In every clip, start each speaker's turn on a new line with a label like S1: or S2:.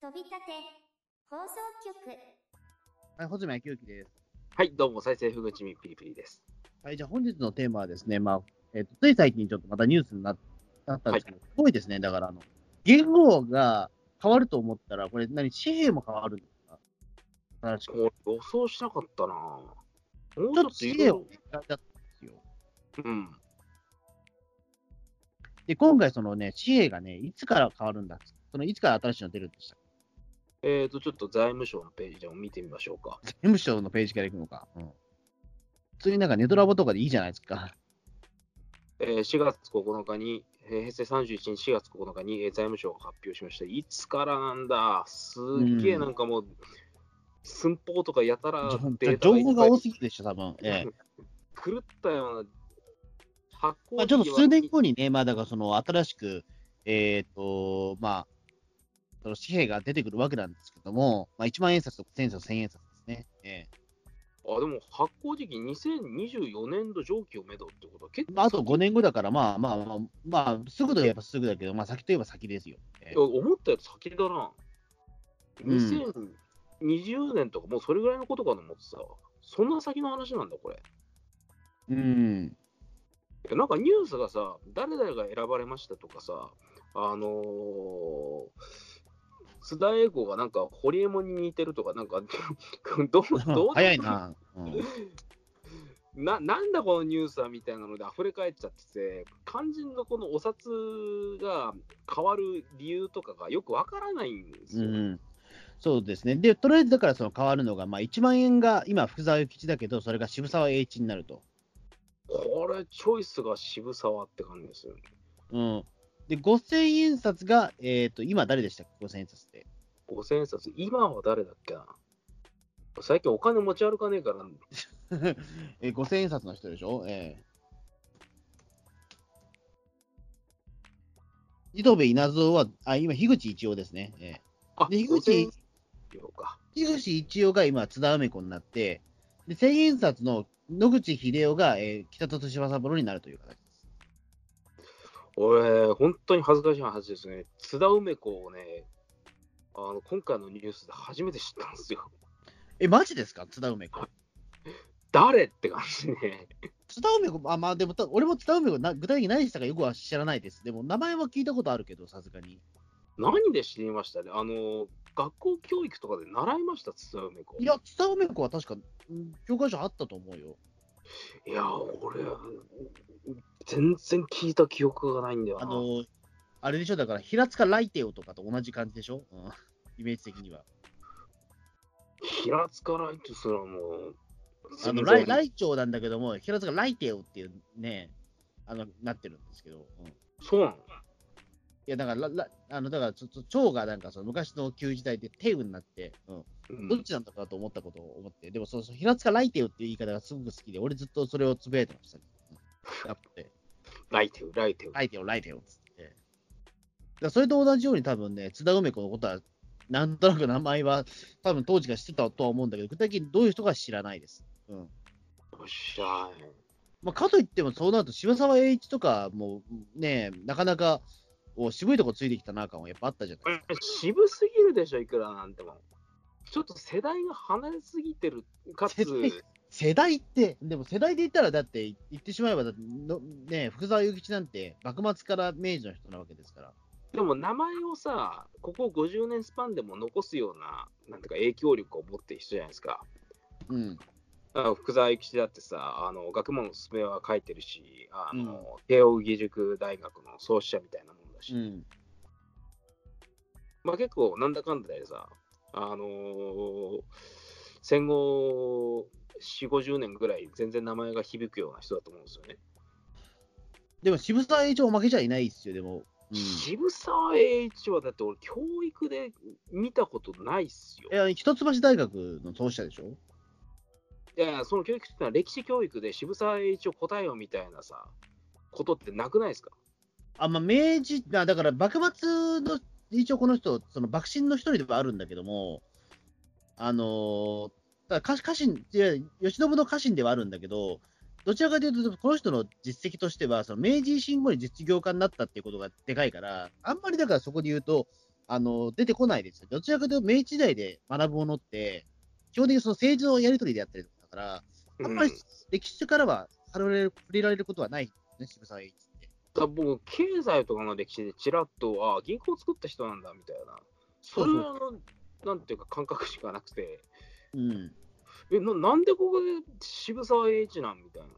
S1: 飛び立て放送局
S2: はい、ほずみやきゆきです。
S3: はい、どうも、再生ふぐちみピリピリです。
S2: はい、じゃあ本日のテーマはですね、まあ、えっ、と、つい最近ちょっとまたニュースにななったんですけど、すごいですね、だからあの、言語が変わると思ったら、これ何、紙幣も変わるんですか新しく。
S3: もう予想しなかったなぁもう
S2: ちょっと
S3: い
S2: 紙
S3: ろい
S2: 幣
S3: ろ
S2: を変えちゃったんですよ。
S3: うん。
S2: で、今回そのね、紙幣がね、いつから変わるんだっけそのいつから新しいの出るんでしたっ
S3: えーと、ちょっと財務省のページでも見てみましょうか。
S2: け 財務省のページから行くのか。うん。普通になんかネトラボとかでいいじゃないですか。
S3: えー4月9日に、えー平成31日4月9日に、えー財務省が発表しました。いつからなんだすっ
S2: う
S3: げえ
S2: ん
S3: なんかもう、寸法とかやたらデータ
S2: 情
S3: いっ
S2: 報
S3: ぱい
S2: が多すぎるでしょ、多分。ええ。
S3: 狂ったような、発行
S2: まあ、ちょっと数年後にね、まあ、だからその新しく、えっ、と、まあ、その紙幣が出てくるわけなんですけども、まあ、1万円札とか1000円札、1000円札ですね。ええ
S3: あ、でも発行時期2024年度上期をめどってことは結構
S2: まあ、あと5年後だから、まあまあまあ、まあ、すぐといえばすぐだけど、まあ、先といえば先ですよ。ええ
S3: いや思ったより先だな。
S2: うん
S3: 2020年とか、もうそれぐらいのことかと思ってさ、そんな先の話なんだ、これ。
S2: うん。
S3: いやなんかニュースがさ、誰々が選ばれましたとかさ、あのー、津田英子がなんか、ホリエモンに似てるとか、なんか、 どう、 どう、
S2: 早いな。うん
S3: な。なんだこのニュースはみたいなので溢れ返っちゃってて、肝心のこのお札が変わる理由とかがよくわからないんです
S2: う
S3: よ。
S2: ん、そうですね。で、とりあえずだからその変わるのが、まあ、1万円が今、福沢諭吉だけど、それが渋沢栄一になると。
S3: これ、チョイスが渋沢って感じですよね。
S2: うん、で、5000円札が、えっ、と、今、誰でしたっけ、5000円札って。
S3: 五千円札、今は誰だっけな最近お金持ち歩かねえから、
S2: えー、五千円札の人でしょええ糸部稲造は、あ、今、樋口一葉ですね。え
S3: あ
S2: えで、
S3: 五
S2: 樋
S3: 千円
S2: 口、
S3: 札か。
S2: 樋口一葉が今、津田梅子になって、で、千円札の野口英世が、えー、北里柴三郎になるという形です。
S3: 俺、本当に恥ずかしい話ですね。津田梅子をね、あの今回のニュースで初めて知ったんですよ。
S2: え、マジですか津田梅子。
S3: 誰って感じね。
S2: 津田梅子、あ、まあでもた、俺も津田梅子な、具体的に何したかよくは知らないです。でも、名前は聞いたことあるけど、さすがに。
S3: 何で知りましたね。あの、学校教育とかで習いました、津田梅子。
S2: いや、津田梅子は確か、うん教科書あったと思うよ。
S3: いや俺、全然聞いた記憶がないんだよな。
S2: あの、あれでしょ、だから平塚ライテオとかと同じ感じでしょ、うん、 イメージ的には。
S3: 平塚ライトすらもう、
S2: あのライライチョウなんだけども、平塚ライテオっていうね、あのなってるんですけど、うん、い
S3: そうなの
S2: や、だから、ララあのだからちょっと、蝶がなんかその昔の旧時代でテウになって、うん、
S3: うん
S2: どっちなんだかと思ったことを思って、でもそうそう、平塚ライテオっていう言い方がすごく好きで、俺ずっとそれをつぶやいてました、ね。うんやっぱり
S3: ライテウ、ライテウ。
S2: ライテオ、ライテオっつって。だからそれと同じように多分ね、津田梅子のことは、なんとなく名前は多分当時から知ってたとは思うんだけど、具体的にどういう人かは知らないです。うん
S3: よっしゃい。
S2: まあ、かといっても、そうなると渋沢栄一とかもね、なかなかお渋いとこついてきたな感はやっぱあったじゃないですか。
S3: 渋すぎるでしょ、いくらなんでも。ちょっと世代が離れすぎてる、かつ、
S2: 世代世代って、でも世代で言ったら、だって言ってしまえばだっての、ね、福沢諭吉なんて幕末から明治の人なわけですから。
S3: でも名前をさ、ここ50年スパンでも残すような、なんていうか影響力を持ってる人じゃないですか。
S2: うん、
S3: あ福沢諭吉だってさ、あの学問の勧めは書いてるし、あの慶應義塾大学の創始者みたいなもんだし、
S2: うん、
S3: まあ、結構、なんだかんだでさ、あのー戦後4、50年ぐらい、全然名前が響くような人だと思うんですよね。
S2: でも渋沢栄一は負けちゃいないですよ、でも。うん
S3: 渋沢栄一はだって俺教育で見たことないっすよ。
S2: いや、一橋大学の創始者でしょ
S3: いやいやその教育ってのは歴史教育で渋沢栄一を答えよみたいなさことってなくないですか
S2: あ、まあ、明治、あだから幕末の、一応この人、その幕臣の一人ではあるんだけども、あのーだから家家臣、いや、慶喜の家臣ではあるんだけど、どちらかというと、この人の実績としては、その明治維新後に実業家になったっていうことがでかいから、あんまりだからそこで言うと、あの、出てこないですよ。どちらかというと、明治時代で学ぶものって、基本的にその政治のやり取りでやったりとかだから、あんまり歴史からは触れる触れられることはないんですね、渋沢栄一って。
S3: だ僕、経済とかの歴史でちらっと、ああ、銀行作った人なんだみたいな、そういう
S2: そ
S3: あのなんていうか感覚しかなくて、
S2: うん。
S3: えななんでここで渋沢栄一なんみたいな。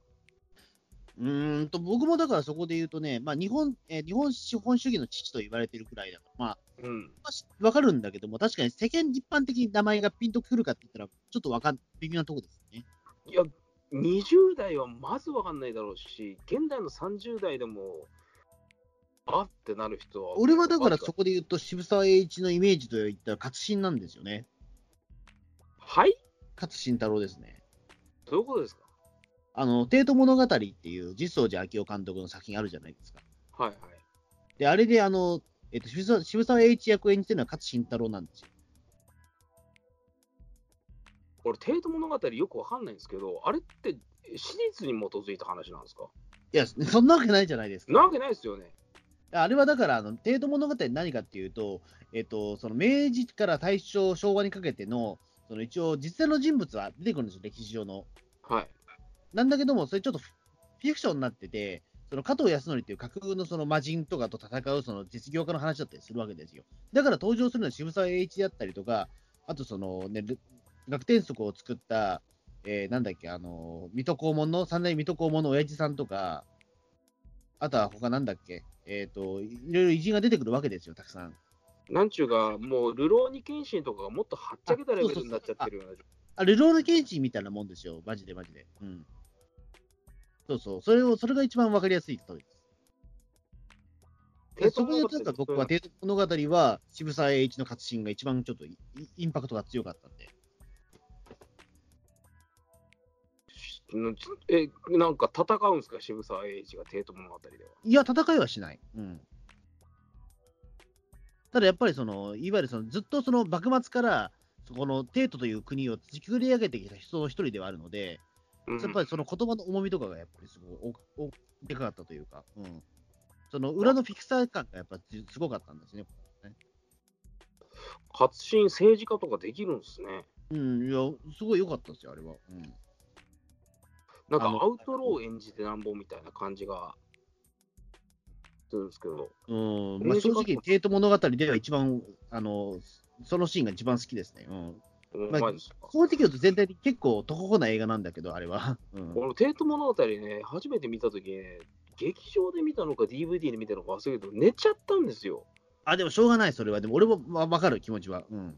S2: うーんと、僕もだからそこで言うとね、まあ、日本、えー日本資本主義の父と言われてるくらいだから、まあ、
S3: うん、
S2: まあしわかるんだけども、確かに世間一般的に名前がピンとくるかって言ったら、ちょっとわかん、微妙なとこですよね。
S3: いや、20代はまず分かんないだろうし、現代の30代でも、あってなる人は。
S2: 俺はだからそこで言うと、渋沢栄一のイメージと言ったら、勝新なんですよね。
S3: はい
S2: 勝新太郎ですね。
S3: どういうことですか
S2: あの、帝都物語っていう実相寺昭夫監督の作品あるじゃないですか。
S3: はいはい。
S2: で、あれで、あの、えっと、渋沢渋沢栄一役を演じてるのは勝新太郎なんですよ。
S3: 俺、帝都物語よく分かんないんですけど、あれって史実に基づいた話なんですか
S2: いや、 そんなわけないじゃないですか。
S3: なわけないですよね。
S2: あれはだから、あの帝都物語何かっていうと、えっと、その明治から大正、昭和にかけての、その一応、実際の人物は出てくるんですよ、歴史上の。
S3: はい。
S2: なんだけども、それちょっとフィクションになってて、その加藤康則っていう架空のその魔人とかと戦うその実業家の話だったりするわけですよ。だから登場するのは渋沢栄一だったりとか、あとその、ね、ル楽天則を作った、えーなんだっけ、あのー、水戸黄門の、三代目水戸黄門の親父さんとか、あとは他なんだっけ、えっ、と、いろいろ偉人が出てくるわけですよ、たくさん。
S3: なんちゅうか、もう、流浪に謙信とかがもっとはっちゃけたレベルになっちゃってるような状
S2: あ、ルロールケンチみたいなもんですよ、マジでマジで。うん。そうそう、それを、それが一番わかりやすいとです。で
S3: 帝
S2: そ
S3: 都
S2: こで
S3: 物語
S2: なんか僕は帝都物語は渋沢栄一の活心が一番ちょっとイインパクトが強かったんで。
S3: うんえ、なんか戦うんですか、渋沢栄一が帝都物語では。
S2: いや、戦いはしない。うん。ただやっぱりその、いわゆるそのずっとその幕末から、そこの帝都という国を作り上げてきた人の一人ではあるので、
S3: うん
S2: やっぱりその言葉の重みとかがやっぱりすごいおおでかかったというか、うん。その裏のフィクサー感がやっぱりすごかったんですね。
S3: 発信政治家とかできるんですね。
S2: うん、いや、すごい良かったですよ、あれは。うん。
S3: なんか
S2: あの
S3: アウトロー演じてなんぼみたいな感じがするんですけど、
S2: うん、まあ、正直、帝都物語では一番、あの、そのシーンが一番好きですね。うん。
S3: う
S2: まあ
S3: まいですか。
S2: 正直言うと全体的に結構、とここな映画なんだけど、あれは。うん。
S3: 俺、帝都物語ね、初めて見たときね、劇場で見たのか DVD で見たのか忘れたけど、寝ちゃったんですよ。
S2: あ、でもしょうがない、それは。でも俺もわ分かる気持ちは。うん。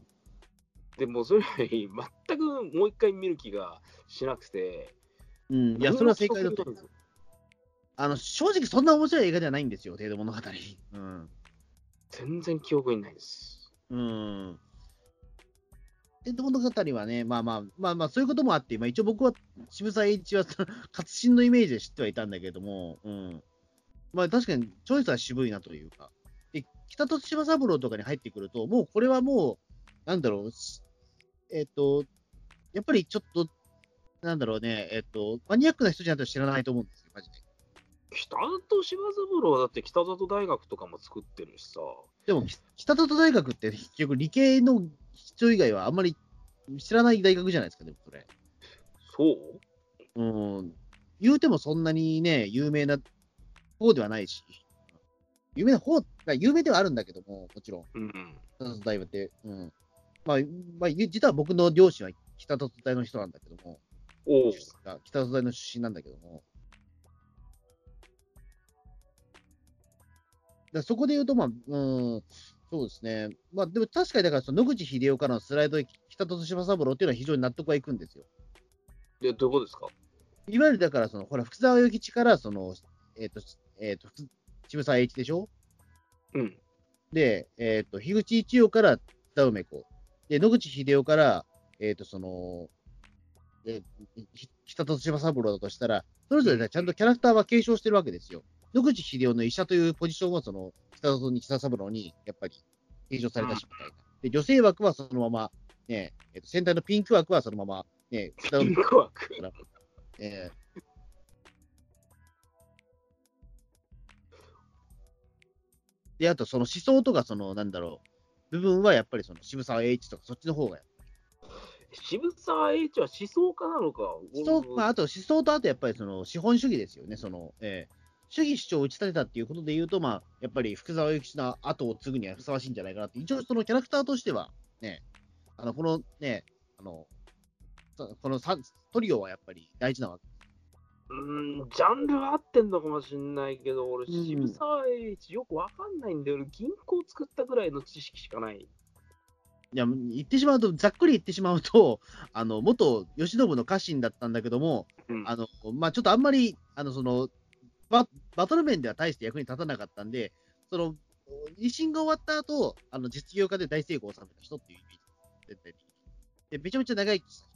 S3: でもうそれより全くもう一回見る気がしなくて、
S2: うん、いや、それは正解だと思う。あの、正直そんな面白い映画ではないんですよ、帝都物語。うん。
S3: 全然記憶にないです。
S2: うん。帝都物語はね、まあまあ、まあまあ、そういうこともあって、まあ一応僕は、渋沢栄一は、その活心のイメージで知ってはいたんだけども、うん。まあ確かに、チョイスは渋いなというか。で、北と柴三郎とかに入ってくると、もうこれはもう、なんだろう、しえっ、と、やっぱりちょっと、なんだろうね、えっ、と、マニアックな人じゃないと知らないと思うんですよ、マジで。
S3: 北里柴三郎はだって北里大学とかも作ってるしさ、
S2: でも、北里大学って結局理系の人以外はあんまり知らない大学じゃないですか、でもそれ。
S3: そう
S2: うん、言うてもそんなにね、有名な方ではないし、有名な方、あ有名ではあるんだけども、もちろん、
S3: うん。
S2: 北里大はって、うん。まあ、まあ、ゆ実は僕の両親は北里大の人なんだけども、
S3: おう
S2: 出身が北里大の出身なんだけども。だからそこで言うと、まあ、うん、そうですね。まあ、でも確かに、だから、その野口英世からのスライドで北里柴三郎っていうのは非常に納得はいくんですよ。
S3: で、どういうことですか
S2: いわゆるだから、そのほら、福沢諭吉から、その、えっ、と、えっ、と、ふ渋沢栄一でしょ
S3: うん。
S2: で、えっ、と、樋口一葉から北梅子。で、野口英世から、えっ、と、その、えひ北と柴三郎だとしたら、それぞれねちゃんとキャラクターは継承してるわけですよ。野口英世の医者というポジションは、その、北里に北三郎に、やっぱり、継承されたしみたいな。で、女性枠はそのまま、ね、えっ、と、先代のピンク枠はそのまま、ね、北
S3: ピ
S2: 梅
S3: ン
S2: 子
S3: ク枠。
S2: ええで、あと、その思想とか、その、なんだろう、部分はやっぱりその渋沢栄一とかそっちの方が、
S3: 渋沢栄一は思想家なのか。
S2: そうまあ、あと思想とあとやっぱりその資本主義ですよね、そのえー主義主張を打ち立てたっていうことで言うと、まあ、やっぱり福沢諭吉の後を継ぐにはふさわしいんじゃないかなって、一応そのキャラクターとしては、ね、あのこのね、あのさこのさトリオはやっぱり大事なわけ
S3: うーん、ジャンルは合ってんのかもしれないけど、俺、
S2: うん
S3: 渋沢栄一よくわかんないんだよ。俺銀行作ったぐらいの知識しかない。
S2: いや言ってしまうと、ざっくり言ってしまうと、 あの元慶喜の家臣だったんだけども、
S3: うん
S2: あのまあ、ちょっとあんまりあのそのババトル面では大して役に立たなかったんで、その維新が終わった後あの実業家で大成功を収めた人っていうイメージ全体的にで、めちゃめちゃ長生きした人。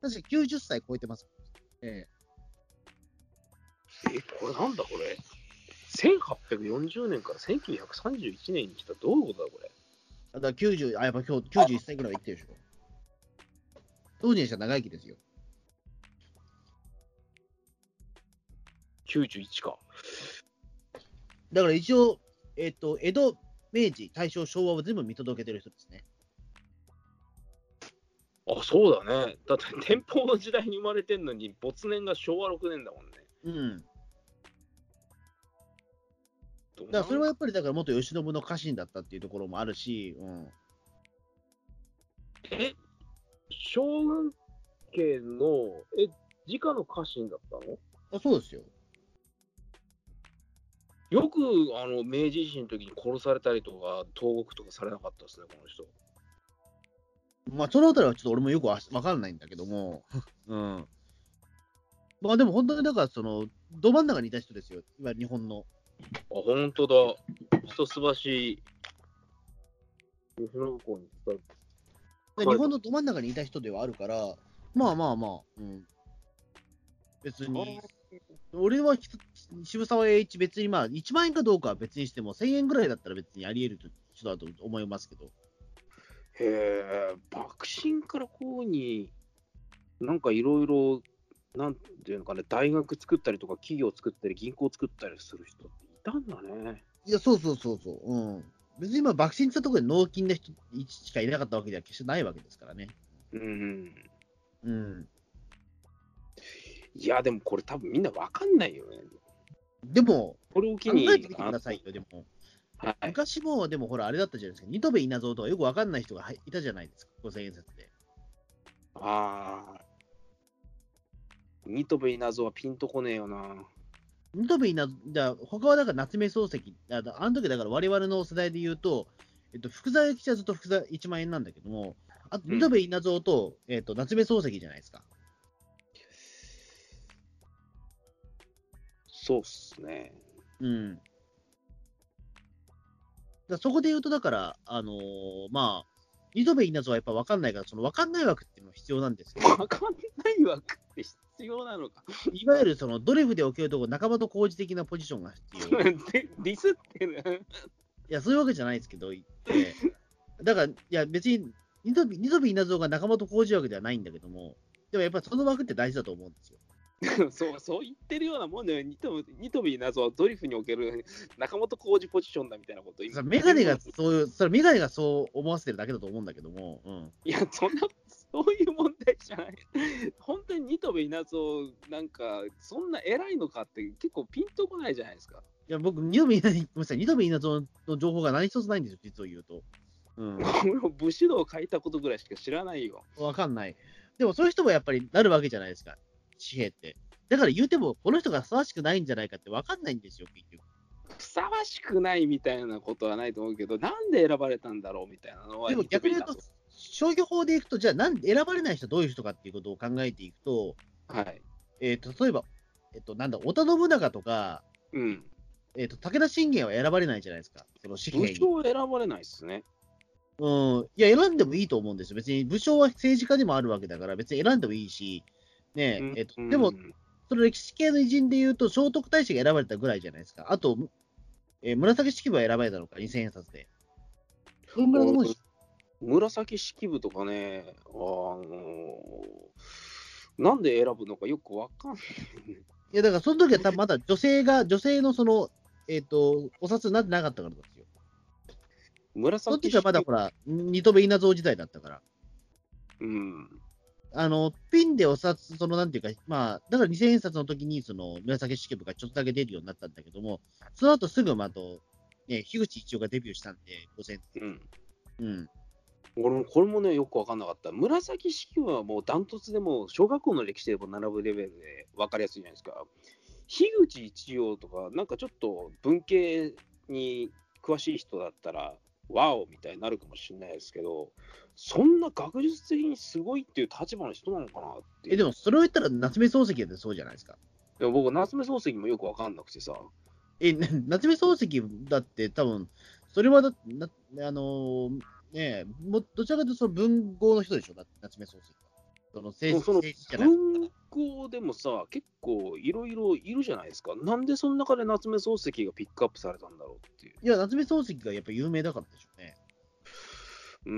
S2: 確か90歳超えてます。え
S3: え、これなんだこれ。1840年から1931年に来たどういうことだこれ。
S2: えだから90、あ、やっぱ今日91歳ぐらいは生きてるでしょ。当時にしたら長生きですよ。
S3: 91か。
S2: だから一応、えっ、と、江戸、明治、大正、昭和を全部見届けてる人ですね。
S3: あ、そうだね。だって天保の時代に生まれてんのに、没年が昭和6年だもんね。
S2: うん。だからそれはやっぱりだから元慶喜の家臣だったっていうところもあるし、うん、
S3: え、将軍家の、え、直の家臣だったの
S2: あそうですよ。
S3: よくあの明治維新の時に殺されたりとか、投獄とかされなかったですね、この人。
S2: まあ、そのあたりはちょっと俺もよくわわかんないんだけど も、うん。まあでも本当にだから、その、ど真ん中にいた人ですよ、いわゆる日本の。
S3: あ、本当だ。一橋、吉野校に伝わる
S2: で
S3: はい
S2: 日本のど真ん中にいた人ではあるから、まあまあまあ、うん。別に、俺はひ渋沢栄一、別にまあ、1万円かどうかは別にしても、1000円ぐらいだったら別にあり得る人だと思いますけど。
S3: へえ、幕臣からこうに、なんかいろいろ、なんていうのかね、大学作ったりとか、企業作ったり、銀行作ったりする人っていたんだね。
S2: いや、そうそうそうそう。うん。別に今、爆心したところで納金な人しかいなかったわけでは決してないわけですからね。
S3: うん。
S2: うん。
S3: いや、でもこれ多分みんなわかんないよね。
S2: でも、
S3: これを機
S2: 考
S3: に。
S2: えてみてくださいよ、でも。
S3: あのはい。
S2: 昔も、でもほら、あれだったじゃないですか。ニトベ稲造とかよくわかんない人がはいいたじゃないですか、五千円札で。
S3: ああ。ニトベイナゾはピンとこねえよな。
S2: ニトベ稲造、じゃあ他はだから夏目漱石、あのあの時だから我々の世代で言うと、えっと、福沢諭吉はずっと福沢1万円なんだけども、あと、
S3: うん
S2: ニトベ稲造と、えっと、夏目漱石じゃないですか。
S3: そうっすね。
S2: うん。だからそこで言うと、だから、あのーまあ、ニトベ稲造はやっぱ分かんないから、その分かんない枠っていうのが必要なんですけど
S3: わかんない枠って必要なのか。
S2: いわゆるそのドリフで起きるところ、仲間と工事的なポジションが必要。い
S3: ディスってる。
S2: や、そういうわけじゃないですけど、言ってだから、いや、別にニトベ、ニトベ稲造が仲間と工事枠ではないんだけども、でもやっぱその枠って大事だと思うんですよ。
S3: そう、そう言ってるようなもんだよ。ニトニトベイナゾはドリフにおける中本浩二ポジションだみたいなこ
S2: そ
S3: と
S2: れ
S3: 今
S2: メガネがそういう、それメガネがそう思わせてるだけだと思うんだけども、うん。
S3: いや、そんな、そういう問題じゃない。本当にニトベイナゾなんか、そんな偉いのかって結構ピンとこないじゃないですか。
S2: いや、僕、二度目稲、ごめんなさい、二度目稲造の情報が何一つないんですよ、実を言うと。うん、
S3: 俺も武士道を書いたことぐらいしか知らないよ。
S2: わかんない。でも、そういう人もやっぱりなるわけじゃないですか、紙幣って。だから言うても、この人がふさわしくないんじゃないかってわかんないんですよ、結局。
S3: ふさわしくないみたいなことはないと思うけど、なんで選ばれたんだろうみたいなのは。
S2: でも逆に言うと、商業法でいくと、じゃあなんで選ばれない人はどういう人かっていうことを考えていくと、
S3: はい。
S2: えー、例えば、えっと、なんだ、織田信長とか、
S3: うん。
S2: えっと、武田信玄は選ばれないじゃないですか、その紙幣
S3: 武
S2: に。
S3: 将選ばれないですね。
S2: うん、いや、選んでもいいと思うんですよ。別に武将は政治家でもあるわけだから、別に選んでもいいし、ねえ、えっと、で
S3: う
S2: も、
S3: ん
S2: その歴史系の偉人で言うと、聖徳太子が選ばれたぐらいじゃないですか。あと、えー紫式部は選ばれたのか、2000円札で。そんぐらいのもんでし
S3: 紫式部とかね、あのなんで選ぶのかよくわかんない。
S2: いや、だからその時は多分まだ女性が、女性のそのえっ、と、お札になってなかったからなんですよ。その
S3: 紫
S2: 時はまだほら、二戸目稲造時代だったから。
S3: うん。
S2: あの、ピンでお札、そのなんていうか、まあ、だから2000円札の時に、その、紫式部がちょっとだけ出るようになったんだけども、その後すぐ、まあ、あと、ね、樋口一葉がデビューしたんで、5000、
S3: うん。
S2: うん。
S3: 俺もこれもね、よく分かんなかった。紫式部はもうダントツでもう小学校の歴史でも並ぶレベルで分かりやすいじゃないですか。樋口一葉とか、なんかちょっと文系に詳しい人だったら、ワオみたいになるかもしれないですけど、そんな学術的にすごいっていう立場の人なのかなって。
S2: え、で
S3: も
S2: も、それを言ったら、夏目漱石だってそうじゃないですか。
S3: でも僕、夏目漱石もよく分かんなくてさ。
S2: え、な夏目漱石だって、多分それはだな、あのーねえも、どちらかというと、その文豪の人でしょ、だ夏目漱石は。その
S3: も
S2: 政
S3: う
S2: 治
S3: その
S2: 政治じゃない。
S3: 文豪でもさ、結構いろいろいるじゃないですか。なんでその中で夏目漱石がピックアップされたんだろうっていう。
S2: いや、夏目漱石がやっぱ有名だからでしょうね。
S3: う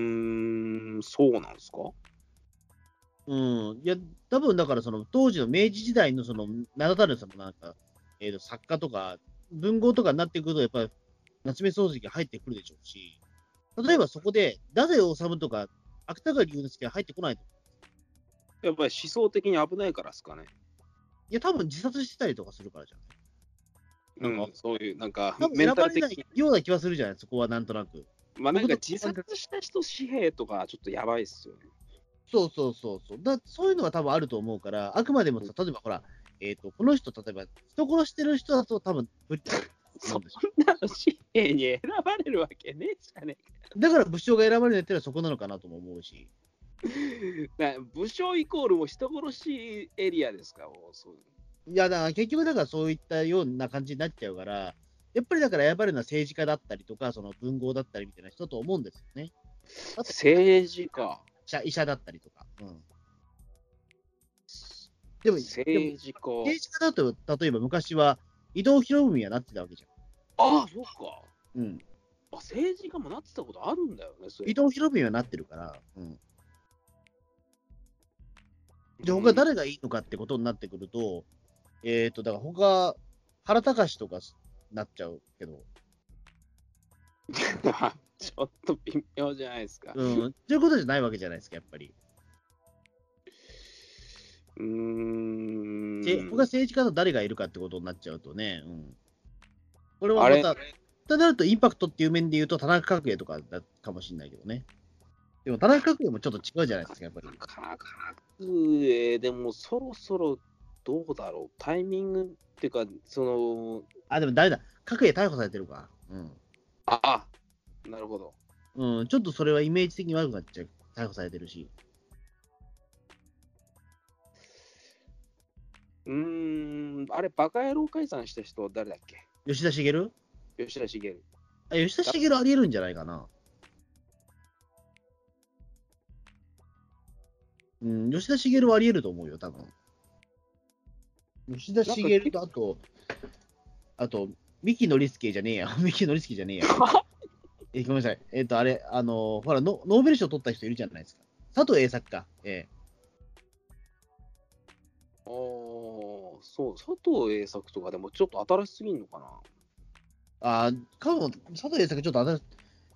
S3: ーん、そうなんですか
S2: うん。いや、多分だから、その当時の明治時代のその名だたるそのなんか、えーと作家とか、文豪とかになってくると、やっぱり夏目漱石が入ってくるでしょうし、例えばそこで、なぜ治とか、芥川龍之介が入ってこないと。
S3: やっぱり思想的に危ないからですかね。
S2: いや、多分自殺してたりとかするからじゃない
S3: な
S2: なん
S3: ん
S2: か
S3: かそういう、なんか
S2: 多、分
S3: メン
S2: 選
S3: タ
S2: ば
S3: ル
S2: れ
S3: 的
S2: な
S3: に
S2: い。ような気はするじゃない、そこはなんとなく。
S3: まあなんか
S2: 僕と
S3: 自殺した人紙幣とか、ちょっとやばいっすよね。
S2: そうそうそうそう。だそういうのが多分あると思うから、あくまでもさ、例えばほら、えっ、と、この人、例えば、人殺してる人だと多分、ぶっな
S3: そ
S2: ん
S3: ん
S2: でし
S3: なの紙幣に選ばれるわけねえじゃね
S2: だから武将が選ばれないっていうのはそこなのかなとも思うし。
S3: えか。 な武将イコールもう人殺しエリアですか、もうそう
S2: いや、だから結局、だからそういったような感じになっちゃうから、やっぱりだから選ばれるのは政治家だったりとか、その文豪だったりみたいな人と思うんですよね。
S3: 政治か。
S2: 医者医者だったりとか。うん、でも、でも
S3: 政治か。
S2: 政治家だと、例えば昔は伊藤博文はなってたわけじ
S3: ああ、そっか。
S2: ゃん。うん、
S3: あ政治家もなってたことあるんだよね、それ
S2: 伊藤博文はなってるから。うんで、他誰がいいのかってことになってくると、えっ、と、だから他、原隆とかなっちゃうけど、
S3: ちょっと微妙じゃないですか。う
S2: うん、ということじゃないわけじゃないですか、やっぱり。
S3: ーん。
S2: で、僕は政治家と誰がいるかってことになっちゃうとね、うん。これは
S3: あ
S2: ま
S3: れ
S2: た、となるとインパクトっていう面で言うと、田中角栄とかだかもしれないけどね。でも田中角栄もちょっと違うじゃないですか、やっぱり。
S3: 科学へでもそろそろどうだろうタイミングっていうかその
S2: あ、でも誰だ、角栄逮捕されてるか。うん。
S3: ああなるほど
S2: うん、ちょっとそれはイメージ的に悪くなっちゃう。逮捕されてるし。
S3: うーんあれバカ野郎解散した人は誰だっけ
S2: 吉田茂
S3: 吉田茂
S2: あ吉田茂ありえるんじゃないかな。うん、吉田茂はありえると思うよ、多分吉田茂と、あと、あと、三木のりすけじゃねえや。 三木のりすけじゃねえや。え、ごめんなさい。えっ、と、あれ、あのほらノ、ノーベル賞取った人いるじゃないですか。佐藤栄作家。え
S3: ああーそう佐藤栄作とかでもちょっと新しすぎんのかな
S2: えあーかも、佐藤栄作ちょっと新しい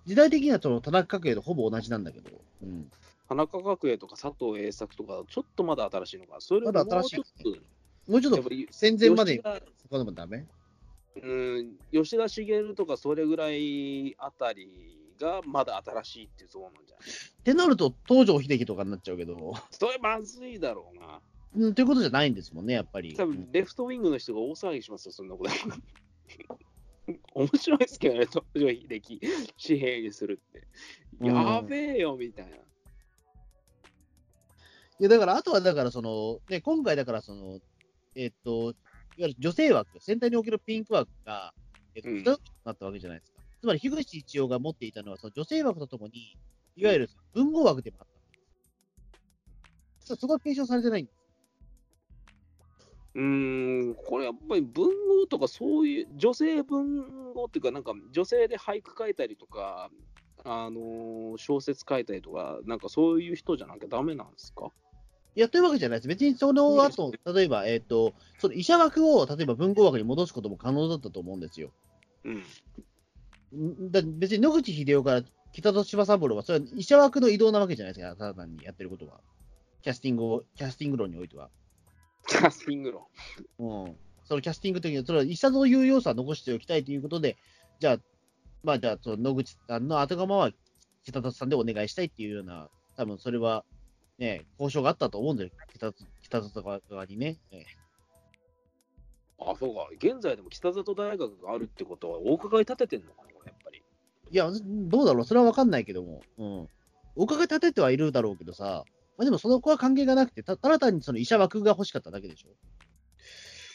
S2: 時代的にはその田中角栄とほぼ同じなんだけど。うん。
S3: 田中角栄とか佐藤栄作とかちょっとまだ新しいのかそれ
S2: まだ新しい
S3: もうちょっ
S2: もうちょ
S3: と
S2: っ
S3: やっ
S2: と
S3: ぱり
S2: 戦前まで
S3: 吉田
S2: 遡んのダメ
S3: うん吉田茂とかそれぐらいあたりがまだ新しいっていうゾーンなんじゃない
S2: ってなると東條英機とかになっちゃうけど、
S3: それまずいだろうな。
S2: うん、ということじゃないんですもんね、やっぱり。
S3: 多分レフトウィングの人が大騒ぎしますよ、そんなこと。 面白いですけどね、東條英機、紙幣にするって。
S2: うん
S3: やべえよ、みたいな。
S2: いやだから、あとはだからその、ね、今回、だからその、えっと、いわゆる女性枠、先端におけるピンク枠が、えっと、
S3: うん
S2: 二枠になったわけじゃないですか。つまり、樋口一葉が持っていたのは、その女性枠とともに、いわゆる文豪枠でもあったんです。そうそこは継承されてないんです。
S3: うーん、これやっぱり文豪とかそういう、女性文豪っていうか、なんか女性で俳句書いたりとか、あのー小説書いたりとか、なんかそういう人じゃなきゃダメなんですか
S2: やってるわけじゃないです。別にその後、例えば、えっ、と、その医者枠を、例えば文豪枠に戻すことも可能だったと思うんですよ。
S3: うん。
S2: んだ別に野口英世から北戸柴三郎は、それは医者枠の移動なわけじゃないですか、ただ単にやってることは。キャスティングを、キャスティング論においては。
S3: キャスティング論。
S2: うん。そのキャスティングというそれは医者の有用さは残しておきたいということで、じゃあ、まあ、じゃあ、その野口さんの後釜は北戸さんでお願いしたいっていうような、多分それは、ね、交渉があったと思うんですよ、北戸北戸側にね。ええ
S3: あ、そうか。現在でも北里大学があるってことは、お伺い立ててんのかな、これ、やっぱり。
S2: いや、どうだろう、それは分かんないけども、うん。おかげ立ててはいるだろうけどさ、まあ、でもその子は関係がなくて、たただ単にその医者枠が欲しかっただけでしょ。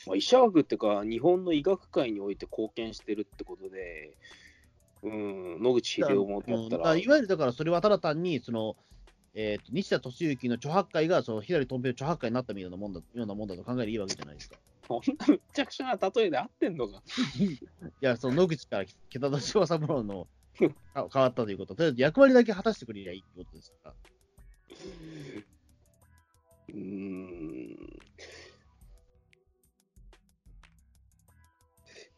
S3: まあ、医者学ってか、日本の医学界において貢献してるってことで、うん、野口英世もだ
S2: う
S3: っ
S2: ん
S3: た
S2: だから
S3: ら、
S2: いわゆるだからそれはただ単にその、えーと西田敏行の著白会がその左トンペの著白会になったみたいなもんだようなもんだと考えていいわけじゃないですか。
S3: こんなむっちゃくちゃな例えで合ってんのか。
S2: いや、その野口から桁田島三郎 のあ変わったということ、とりあえず役割だけ果たしてくれりゃいいってことですから。
S3: うーん。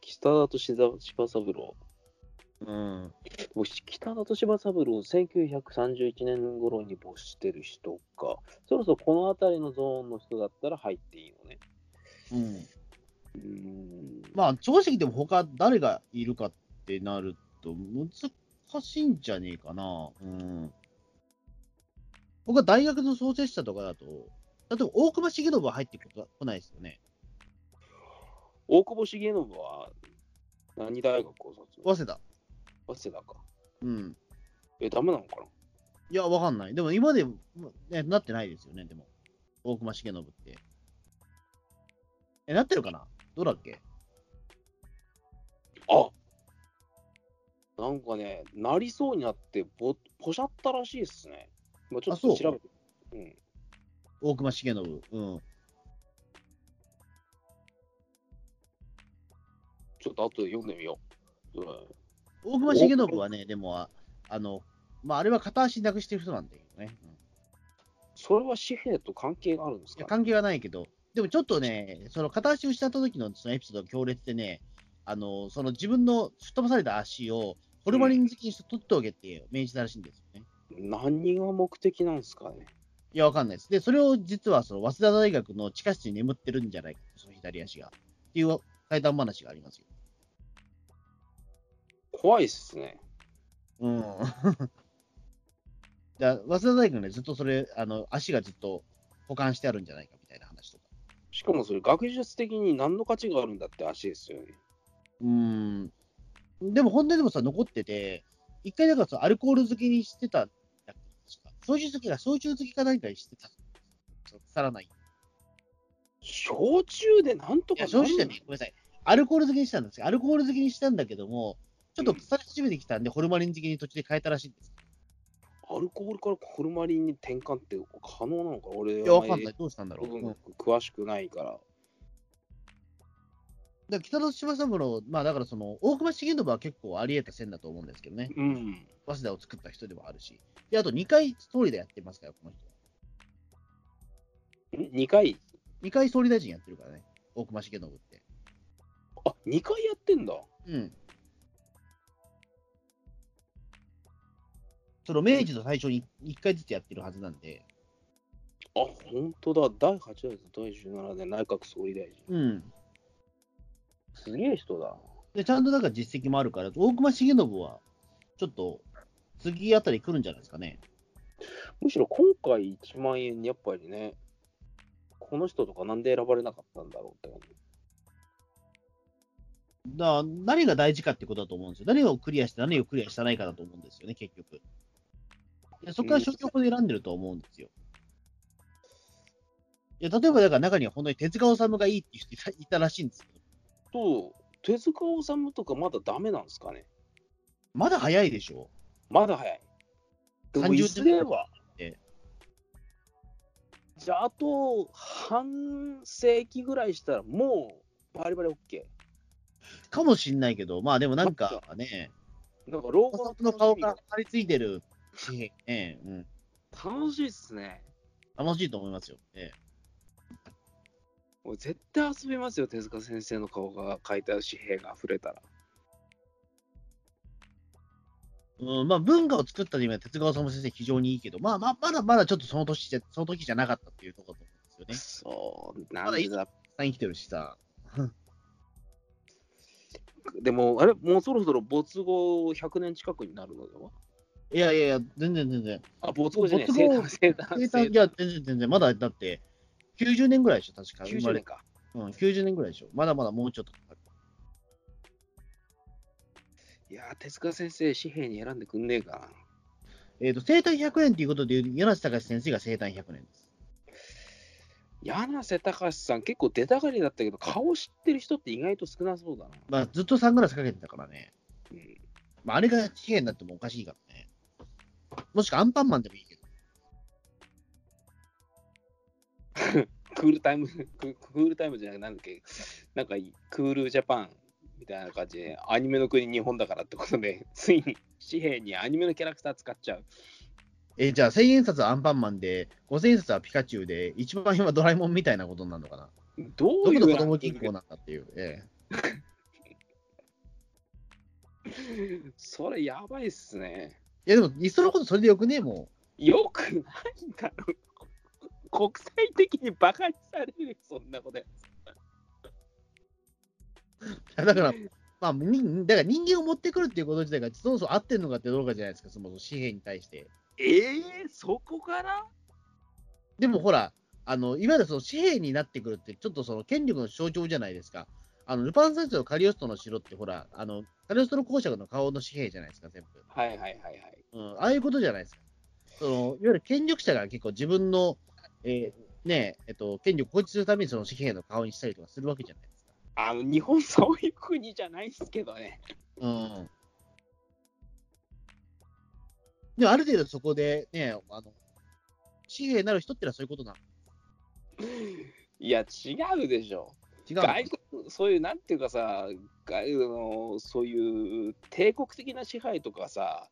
S3: 北田と柴三郎。
S2: うん、
S3: もし北田と柴三郎、1931年頃に没してる人か。そろそろこの辺りのゾーンの人だったら入っていいのね。
S2: うん、
S3: うーん。
S2: まあ、正直でも他誰がいるかってなると難しいんじゃねえかな。うん。僕は大学の創設者とかだと、例えば大隈重信は入ってここないですよね。
S3: 大久保重信は何大学を卒業
S2: 早稲田。
S3: 早稲田か。
S2: うん。
S3: え、ダメなのかない
S2: や、わかんない。でも今まで、ね、なってないですよね、でも。大隈重信って。え、なってるかなどうだっけ
S3: あなんかね、なりそうになってぼ、ぽしゃったらしいっすね。まあ、ちょ
S2: あ
S3: っ
S2: そ
S3: と
S2: う
S3: 調べて。うん。
S2: 大隈重信。うん。
S3: ちょっと後で読んでみよう。うん
S2: 大隈重信はね、でもあ、あの、まあ、あれは片足なくしてる人なんだけどね。うん
S3: それは紙幣と関係があるんです
S2: いや
S3: か、
S2: 関係はないけど、でもちょっとね、その片足を失った時のそのエピソードが強烈でね、あのその自分の吹っ飛ばされた足をホルマリン好きにして取っておけって命じたらしいんですよね。
S3: 何が目的なんですかね
S2: いや、わかんないです。で、それを実はその早稲田大学の地下室に眠ってるんじゃないか、その左足が。っていう怪談話がありますよ。
S3: 怖いっすね。
S2: うん。 だ早稲田大学ね、ずっとそれ、あの足がずっと保管してあるんじゃないかみたいな話とか。
S3: しかもそれ学術的に何の価値があるんだって足ですよね。
S2: うーん。でも本当にでもさ、残ってて、一回だからさ、アルコール好きにしてたんだっけ確か焼酎好きが、焼酎好きか何かにしてた。そう腐らない。い
S3: 焼酎でなんとか
S2: や、焼酎じゃ
S3: なん
S2: ね
S3: ない
S2: えごめんなさい。アルコール好きにしたんですよアルコール好きにしたんだけども、ちょっと腐り始めてきたんで、ホルマリン好きに途中で変えたらしいんです。
S3: アルコールからホルマリンに転換って可能なのか俺
S2: いや、わかんないい。どうしたんだろう。うん、だか
S3: 詳しくないから。
S2: ら北の島三郎、まあだからその、大隈重信は結構あり得た線だと思うんですけどね。
S3: うん。
S2: 早稲田を作った人でもあるし。で、あと2回総理でやってますから、この人。
S3: 2回
S2: 2回総理大臣やってるからね、大隈重信って。
S3: あ二2回やってんだ。
S2: うん。その明治と最初に1回ずつやってるはずなんで、
S3: あ本当だ。第8代と第17代内閣総理大臣。
S2: うん。
S3: すげえ人だ。
S2: で、ちゃんとなんか実績もあるから、大隈重信は、ちょっと、次あたり来るんじゃないですかね。
S3: むしろ今回1万円にやっぱりね、この人とかなんで選ばれなかったんだろうって感じ。
S2: だ何が大事かってことだと思うんですよ。何をクリアして、何をクリアしてないかだと思うんですよね、結局。でそこから消去法で選んでると思うんですよ。いや例えば、だから中には本当に手塚治虫がいいっていう人いたいたらしいんですけど、
S3: と、手塚治虫とかまだダメなんですかね
S2: まだ早いでしょ。
S3: まだ早い。でも
S2: 30
S3: いずれは
S2: え。
S3: じゃあ、あと半世紀ぐらいしたら、もうバリバリ OK。
S2: かもしんないけど、まあでもなんかね、
S3: なんか老
S2: 高
S3: 後
S2: 卒の顔
S3: 楽しみ
S2: が張り付いてるし、ええうん、
S3: 楽しいっすね。
S2: 楽しいと思いますよ。え
S3: もう絶対遊びますよ、手塚先生の顔が書いてある紙幣が溢れたら。
S2: えうんまあ、文化を作ったという意味では、哲川さんも先生、非常にいいけど、まあまあ、まだまだちょっとその年じゃその時じゃなかったっていうところだと思うんですよね。
S3: そう、なんで
S2: た
S3: だ。
S2: くさん生きてるしさ。
S3: でも、あれ、もうそろそろ没後100年近くになるのではい
S2: やいやいや、全然全然。
S3: あ、没後じゃない、
S2: 没
S3: 生
S2: 後
S3: 誕、生誕、
S2: 生
S3: 生
S2: 誕いや、全然全然、まだだって、90年ぐらいでしょ、確か。生
S3: 90
S2: まれ
S3: 年か。
S2: うん、90年ぐらいでしょ。まだまだもうちょっとかかる。
S3: いやー、手塚先生、紙幣に選んでくんねえか
S2: えっ、と、生誕100年ということで言う、柳瀬隆先生が生誕100年です。
S3: な。柳瀬隆さん、結構出たがりだったけど、顔知ってる人って意外と少なそうだな。
S2: まあ、ずっとサングラスかけてたからね。
S3: うん
S2: まあ、あれが紙幣になってもおかしいからね。もしくはアンパンマンでもいいけど。
S3: クールタイム、 ククールタイムじゃなくて、なんだっけ、なんかいいクールジャパンみたいな感じで、アニメの国日本だからってことで、ついに紙幣にアニメのキャラクター使っちゃう。
S2: えーじゃあ、1000円札はアンパンマンで、5000円札はピカチュウで、一番今ドラえもんみたいなことになるのかな。
S3: ど
S2: ど
S3: う
S2: こ
S3: い
S2: の
S3: う
S2: 子
S3: ラン
S2: 供
S3: キン
S2: 銀
S3: グ
S2: 行なんだっていう。え
S3: それやばいっすね。
S2: えいや、でも、いっそのことそれでよくね、も
S3: よくないだろ。国際的にバカにされるよ、そんなことや。
S2: う。いやだから、まあ、にだから人間を持ってくるっていうこと自体が、そもそも合ってるのかってどうかじゃないですか、そもそも紙幣に対して。
S3: ええそこから
S2: でもほら、あのいわゆるその紙幣になってくるって、ちょっとその権力の象徴じゃないですか。あのルパン三世のカリオストの城って、ほら、あのカリオストの公爵の顔の紙幣じゃないですか、全部。
S3: はいはいはいはい。
S2: うん、ああいうことじゃないですか。そのいわゆる権力者が結構自分の、えーねええっと、権力を誇示するためにその紙幣の顔にしたりとかするわけじゃないですか。
S3: あの、日本そういう国じゃないっすけどね。
S2: うん、でもある程度そこで、ね、あの紙幣になる人ってのはそういうことなの。
S3: いや、違うでしょ。
S2: 違うの
S3: 外国、そういう、なんていうかさ、外のそういう帝国的な支配とかさ、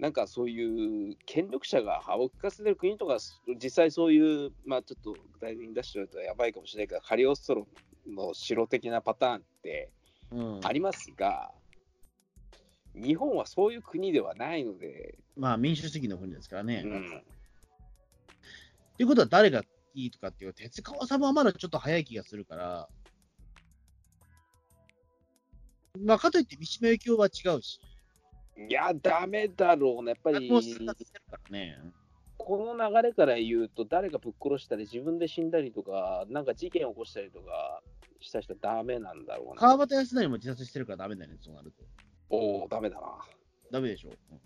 S3: なんかそういう権力者が幅を利かせてる国とか、実際そういう、まあちょっと具体的に出してるとやばいかもしれないけど、カリオストロの城的なパターンって
S2: うん
S3: ありますが、日本はそういう国ではないので、
S2: まあ、民主主義の国ですから
S3: う
S2: ね。
S3: ん、
S2: っていうことは誰がいいとかっていうと、鉄川さんはまだちょっと早い気がするから、まあ、かといって三島由紀夫は違うし、
S3: いや、ダメだろうね、やっぱり
S2: もう生活してるからね。
S3: この流れから言うと、誰がぶっ殺したり、自分で死んだりとか、なんか事件起こしたりとかした人、ダメなんだろう
S2: 川
S3: な。
S2: 端康成も自殺してるからダメだね、そうなると。
S3: おお、ダメだな。
S2: ダメでしょ。うん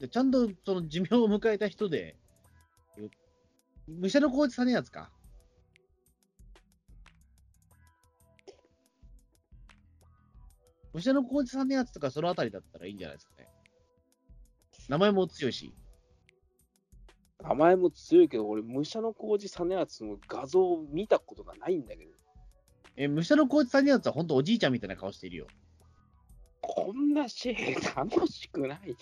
S2: でちゃんとその寿命を迎えた人で、よ武者の工事さんのやつか。武者の工事さんのやつとかそのあたりだったらいいんじゃないですかね。名前も強いし。
S3: 名前も強いけど、俺、武者の工事実篤の画像を見たことがないんだけど、
S2: え、武者の工事さんのやつは本当おじいちゃんみたいな顔してるよ。
S3: こんな紙幣楽しくない。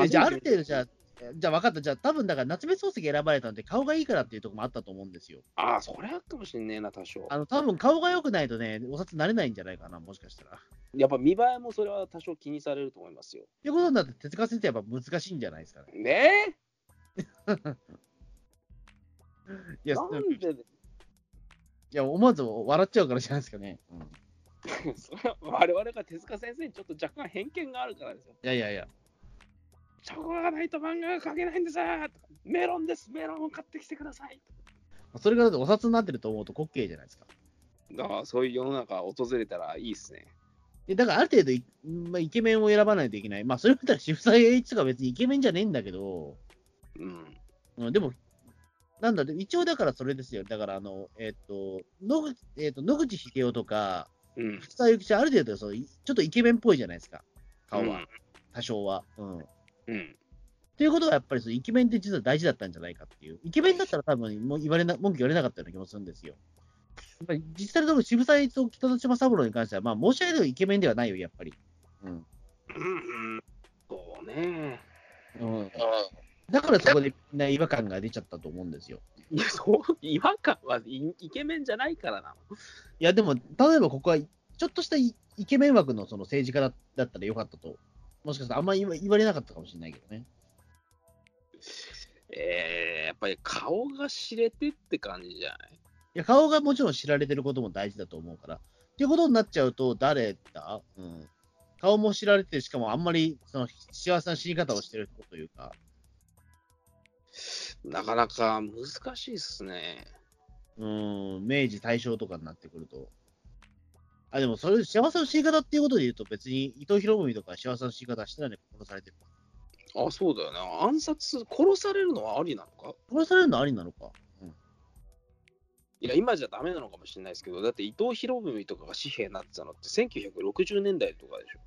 S2: えじゃあある程度じゃあ、えじゃあ分かった。じゃあ多分だから夏目漱石選ばれたので顔がいいからっていうところもあったと思うんですよ。
S3: ああ、それあったかもしんねえな、多少。
S2: あの多分顔が良くないとね、お札なれないんじゃないかな、もしかしたら。っ
S3: やっぱ見栄えもそれは多少気にされると思いますよ。
S2: てことになって、手塚先生やっぱ難しいんじゃないですかね。
S3: ね
S2: い
S3: え
S2: や、
S3: ないんで
S2: や思わず笑っちゃうからじゃないですかね。うんい
S3: それは 我々が手塚先生にちょっと若干偏見があるからですよ。
S2: やいやいや、
S3: チョコがないと漫画が描けないんですメロンですメロンを買ってきてください
S2: それがだってお札になってると思うと滑稽じゃないですか。
S3: だからそういう世の中訪れたらいいっすね。
S2: でだからある程度い、まあ、イケメンを選ばないといけない。まあ、それだったら渋沢栄一とか別にイケメンじゃねえんだけど、
S3: うん。
S2: うん、でも、なんだろう、一応だからそれですよ。だから、あの、えっ、と、野口、えっ、と、野口英世とか、
S3: うん。
S2: 福沢諭吉はある程度そう、いちょっとイケメンっぽいじゃないですか。顔は、
S3: うん
S2: 多少は。うん。
S3: うん。
S2: ということは、やっぱりそのイケメンって実は大事だったんじゃないかっていう、イケメンだったら多分もう言われな文句言われなかったような気もするんですよ。やっぱり実際のところ、渋沢栄一と北島三郎に関しては、まあ、申し訳ないけどイケメンではないよ、やっぱり。うん、
S3: うん。ね。
S2: うん、だからそこでみんな違和感が出ちゃったと思うんですよ。
S3: いや、そう、違和感はいイケメンじゃないからな。
S2: いや、でも、例えばここは、ちょっとしたイイケメン枠のその政治家だだったらよかったと、もしかしたらあんまり言わ言われなかったかもしれないけどね。
S3: えー、やっぱり顔が知れてって感じじゃない
S2: いや、顔がもちろん知られてることも大事だと思うから。っていうことになっちゃうと、誰だ、うん、顔も知られてる、しかもあんまりその幸せな死に方をしてることというか、
S3: なかなか難しいっすね。
S2: うん、明治、大正とかになってくると。あ、でもそれ、幸せの死に方っていうことで言うと、別に伊藤博文とか幸せの死に方はしてないんで殺されてる。
S3: あ、そうだよね。暗殺、殺されるのはありなのか
S2: 殺されるのありなのか。
S3: いや、今じゃダメなのかもしれないですけど、だって伊藤博文とかが紙幣になってたのって1960年代とかでしょ。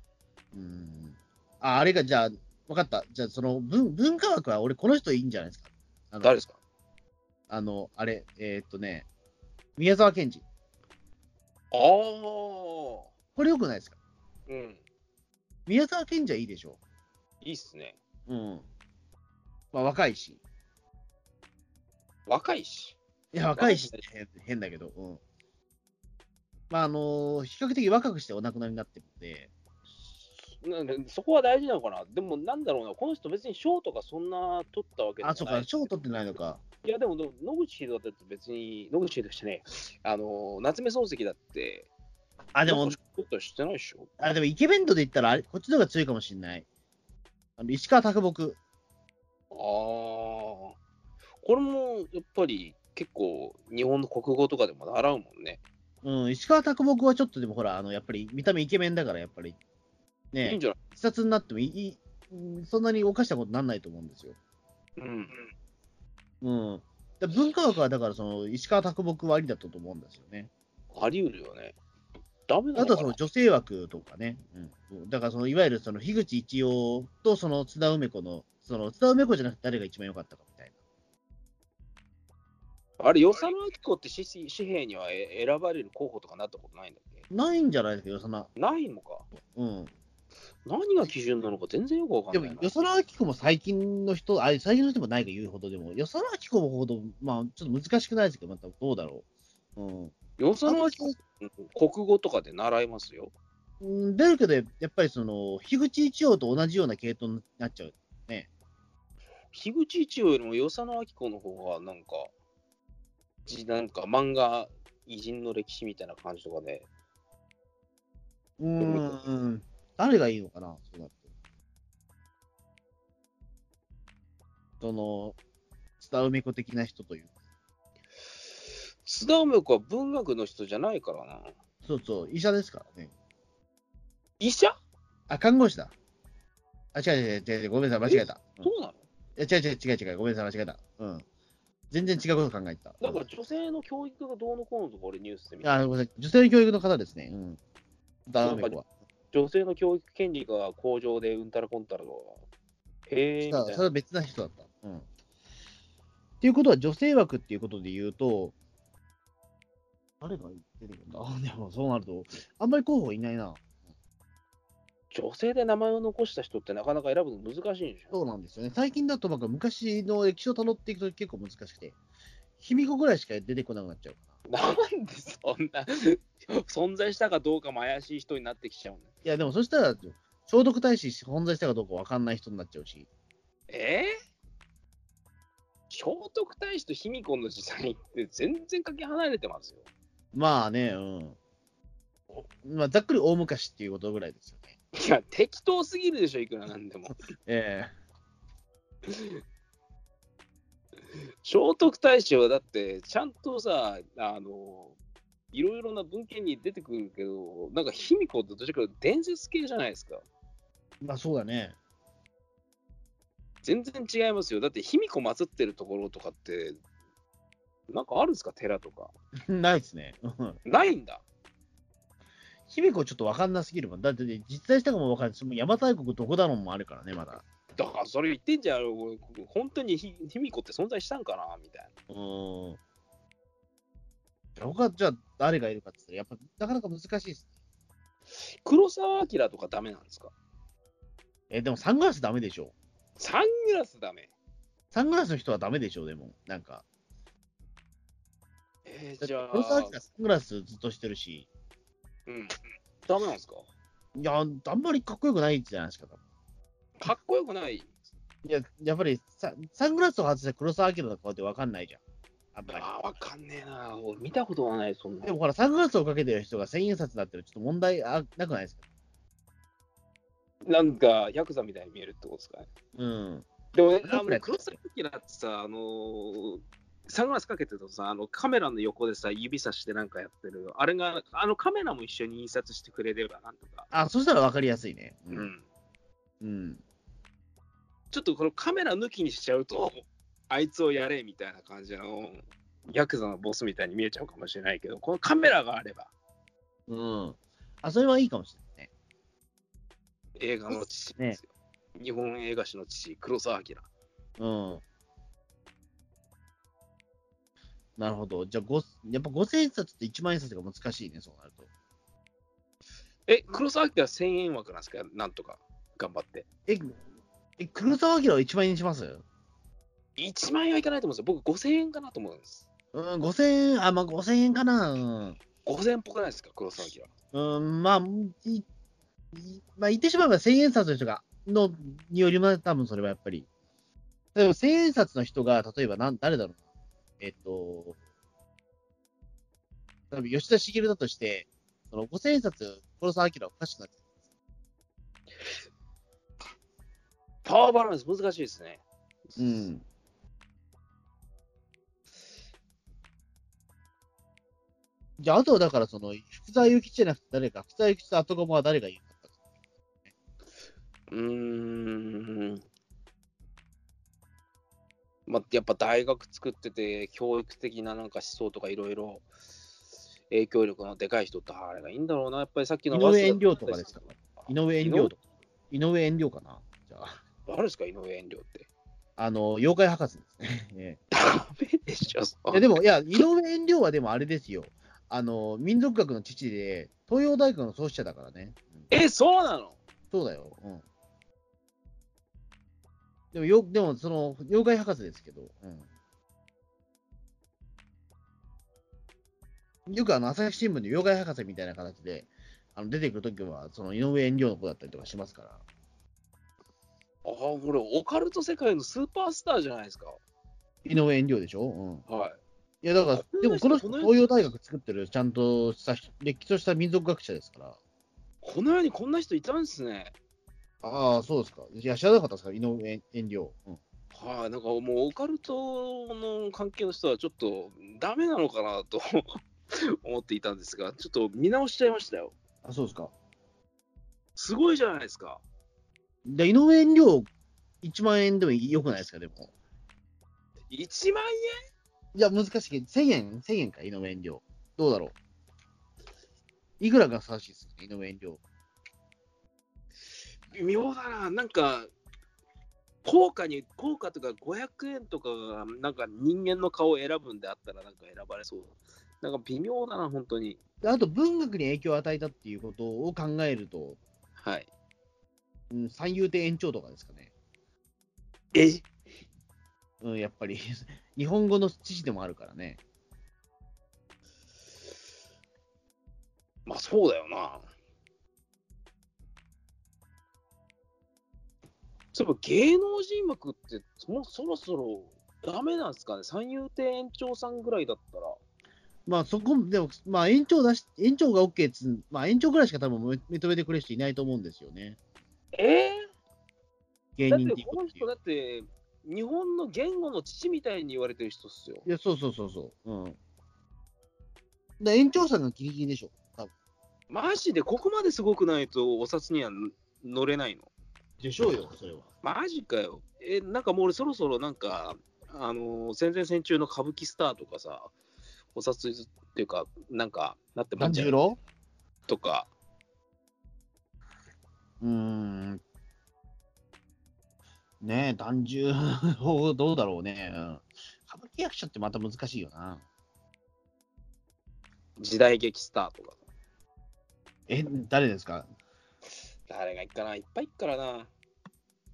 S2: うん。あ、あれが、じゃあ、分かった。じゃあ、その文文化枠は俺、この人いいんじゃないですか。あの
S3: 誰ですか
S2: あの、あれ、えーっとね、宮沢賢治。
S3: ああ、
S2: これよくないですか
S3: うん、
S2: 宮沢賢治はいいでしょ
S3: いいっすね。
S2: う。うん。まあ、若いし。
S3: 若いし。
S2: いや、若いしって変変だけど、うん。まあ、あの比較的若くしてお亡くなりになってるんで、
S3: なんでそこは大事なのかな。でも、なんだろうな、この人別に賞とかそんな取ったわけじゃない。
S2: あ、そうか、賞取ってないのか。
S3: いや、でも、でも野口秀夫だって別に、野口秀夫してね、あの、夏目漱石だって、
S2: あ、
S3: あ
S2: でも、
S3: 取ったりしてないでしょ。
S2: あでもイケメン度で言ったらあれ、こっちの方が強いかもしれない。あの石川啄木。
S3: ああ、これもやっぱり結構、日本の国語とかでも習うもんね。
S2: うん、石川啄木はちょっとでもほら、あのやっぱり見た目イケメンだから、やっぱり、
S3: いい
S2: ね
S3: ん、じゃ
S2: 自殺になってもいい、うんそんなに犯したことにならないと思うんですよ。
S3: ないうん。
S2: うん。だ文化学はだから、その石川啄木はありだったと思うんですよね。
S3: あり得るよね。ダメな
S2: あ
S3: の
S2: と
S3: か
S2: は
S3: な
S2: その女性枠とかね、うん、だからそのいわゆるその樋口一葉とその津田梅子の、その津田梅子じゃなくて誰が一番良かったかみたい
S3: あれ、与謝野明子って紙紙幣にはえ選ばれる候補とかなったことないんだっけ
S2: な。ないんじゃないですか、よそな。
S3: ないのか。
S2: うん。
S3: 何が基準なのか全然よくわか
S2: で
S3: んな
S2: も
S3: いな。
S2: よそなあきこも最近の人、あ最近の人もないが言うほどでも、よそなあきこもほど、まあちょっと難しくないですけど、またどうだろう。うん。
S3: よその
S2: あ
S3: 国語とかで習いますよ。
S2: うん、出るけど、やっぱりその、樋口一葉と同じような系統になっちゃう。
S3: 樋口一葉よりも与謝野明子の方がなんか、じなんか漫画偉人の歴史みたいな感じとかね。
S2: うん。うん誰がいいのかな、そうなって。その、津田梅子的な人という。
S3: 津田梅子は文学の人じゃないからな。
S2: そうそう、医者ですからね。
S3: 医者
S2: あ、看護師だ。あ、違う違う違う違う、ごめんなさい、間違えた。うん
S3: そうなの
S2: いや違う違う違う違う、ごめんなさい、間違えた。うん。全然違うこと考えてた。
S3: だから女性の教育がどうのこうのとか俺ニュースで見た。
S2: あ、ごめんなさい、女性の教育の方ですね。うん。津田梅子は。
S3: 女性の教育権利が向上でうんたらこんたらとか。へえ、み
S2: さあ
S3: たい
S2: それ
S3: な。
S2: は別な人だった。うん。っていうことは、女性枠っていうことで言うと、誰が出てくるんだでもそうなると、あんまり候補いないな。
S3: 女性で名前を残した人ってなかなか選ぶの難しいんでしょ。
S2: そうなんですよね。最近だと、なんか昔の歴史をたどっていくと結構難しくて、卑弥呼ぐらいしか出てこなくなっちゃうかな。
S3: なんでそんな 存在したかどうかも怪しい人になってきちゃうの
S2: いや、でもそしたら、消毒大使存在したかどうか分かんない人になっちゃうし、
S3: えー、聖徳太子と卑弥呼の時代って全然かけ離れてますよ。
S2: まあね、うん。まあ、ざっくり大昔っていうことぐらいですよね。
S3: いや、適当すぎるでしょ、いくらなんでも。
S2: え
S3: 聖徳太子はだって、ちゃんとさ、あの、いろいろな文献に出てくるけど、なんか卑弥呼ってどちらかというと伝説系じゃないですか。
S2: えまあそうだね。
S3: 全然違いますよ。だって卑弥呼祀ってるところとかって、なんかあるんですか、寺とか。
S2: ないですね。うん
S3: ないんだ。
S2: 卑弥呼ちょっと分かんなすぎるもん。だって、ね、実在したかも分かんないし。もう邪馬台国どこだろうもあるからね、まだ。
S3: だからそれ言ってんじゃん、俺本当にひ卑弥呼って存在したんかなみたいな。
S2: うーん。他、じゃあ誰がいるかって言ったら、やっぱなかなか難しいです。
S3: 黒沢明とかダメなんですか
S2: え、でもサングラスダメでしょ。
S3: サングラスダメ。
S2: サングラスの人はダメでしょ、でも。なんか。
S3: えー、
S2: だって
S3: じゃあ、
S2: 黒沢明サングラスずっとしてるし、
S3: うん。ダメなんですか
S2: いや、あんまりかっこよくないじゃないですか。
S3: かっこよくない。
S2: いや、やっぱりササングラスを外した黒沢明の顔ってわかんないじゃん。あんまり。
S3: ああ、わかんねえな。俺見たことはない、そんな
S2: で。もほら、サングラスをかけてる人が千円札になってるちょっと問題あなくないですか
S3: なんか、ヤクザみたいに見えるってことですかね。
S2: うん。
S3: でもね、
S2: ヤ
S3: あ
S2: クザ
S3: の黒崎明ってさ、あのーサングラスかけてるとさ、あのカメラの横でさ、指さしてなんかやってる、あれが、あのカメラも一緒に印刷してくれればなんとか。
S2: あ、そしたらわかりやすいね。
S3: う
S2: うん。
S3: ん。
S2: うん。
S3: ちょっとこのカメラ抜きにしちゃうと、あいつをやれみたいな感じの、ヤクザのボスみたいに見えちゃうかもしれないけど、このカメラがあれば、
S2: うん。あ、それはいいかもしれないね。
S3: 映画の父ですよ。日本映画史の父、黒澤明。
S2: うん。なるほど。じゃあ、ごやっぱ五千円札と一万円札が難しいね、そうなると。
S3: え、黒澤明は1000円枠なんですかなんとか、頑張って。
S2: え、え黒沢明は1万円にします
S3: 1万円はいかないと思うんですよ。僕5000円かなと思うんです。
S2: うん、5000円、あ、まあ5000円かな。うん
S3: 5000円っぽくないですか、黒沢明は。
S2: うん、まあ、いいまあ、言ってしまえば千円札の人が、の、によりも多分それはやっぱり。でも千円札の人が、例えばなん、誰だろうえっと、多分吉田茂だとして、その五千円札、黒沢明はおかしくなってる
S3: パワーバランス難しいですね。
S2: うん。じゃあ、あとはだから、その、福沢諭吉じゃなくて誰か、福沢諭吉と後釜は誰がいいかったか。
S3: うーん。まあ、やっぱ大学作ってて、教育的ななんか思想とかいろいろ影響力のでかい人ってあれがいいんだろうな、やっぱりさっきの
S2: 井上遠慮とかですか井上遠慮と
S3: か。
S2: か。井上遠慮かな。じゃあ、
S3: 誰ですか、井上遠慮って。
S2: あの、妖怪博士ですね。 え
S3: ダメでしょ、そ
S2: えい
S3: れ
S2: やでも、いや、井上遠慮はでもあれですよ。あの、民族学の父で、東洋大学の創始者だからね。うん
S3: え、そうなの
S2: そうだよ。うん。でも、よ、でも、その、妖怪博士ですけど、うん。よくあの、朝日新聞で妖怪博士みたいな形で、あの出てくるときは、その、井上遠慮の子だったりとかしますから。
S3: ああ、これ、オカルト世界のスーパースターじゃないですか。
S2: 井上遠慮でしょうん。
S3: はい。
S2: いや、だか
S3: あ
S2: ら、でもこの人、
S3: この人
S2: 東洋大学作ってる、ちゃんとした、れっきとした民族学者ですから。
S3: この世にこんな人いたんですね。
S2: ああ、そうですか。いや、知らなかったですか、井上遠慮。うん。
S3: はい、なんかもうオカルトの関係の人はちょっとダメなのかなと 思っていたんですが、ちょっと見直しちゃいましたよ。
S2: あ、そうですか。
S3: すごいじゃないですか。
S2: で井上遠慮、1万円でもよくないですか、でも。
S3: 1万
S2: いや、難しいけど、1000円 ?1000 円か、井上遠慮。どうだろう。いくらがふさわしいですか、井上遠慮。
S3: 円微妙だな。なんか、効果に、効果とか500円とかが、なんか人間の顔を選ぶんであったら、なんか選ばれそう。なんか微妙だな、本当に。
S2: であと、文学に影響を与えたっていうことを考えると、
S3: はい。
S2: うん、三遊亭延長とかですかね。
S3: え
S2: うん、やっぱり、 日本語の知識でもあるからね。
S3: まあそうだよな。そういえば芸能人幕ってそもそろそろダメなんですかね三遊亭延長さんぐらいだったら。
S2: まあ、そこ、でも、まあ、延長出し、延長が OK っつん、まあ、延長ぐらいしか多分認認めてくれる人いないと思うんですよね。
S3: え
S2: 芸
S3: だっ
S2: 人って
S3: て
S2: いうこ
S3: この
S2: とで
S3: 人だって日本の言語の父みたいに言われてる人っすよ。
S2: いや、そうそうそうそう。うん。だ延長さんがギリギリでしょ、多分。
S3: マジでここまですごくないとお札には乗れないの。
S2: でしょうよ、それは。
S3: マジかよ。え、なんかもう俺そろそろなんか、あのー戦前戦中の歌舞伎スターとかさ、お札っていうか、なんか、なってま
S2: 團
S3: んじゃ
S2: 十
S3: う
S2: 郎
S3: とか、
S2: うーん。ねえ、単純どうだろうね。うん歌舞伎役者ってまた難しいよな。
S3: 時代劇スターとか。
S2: え、誰ですか
S3: 誰がいっかないっぱいいっからな。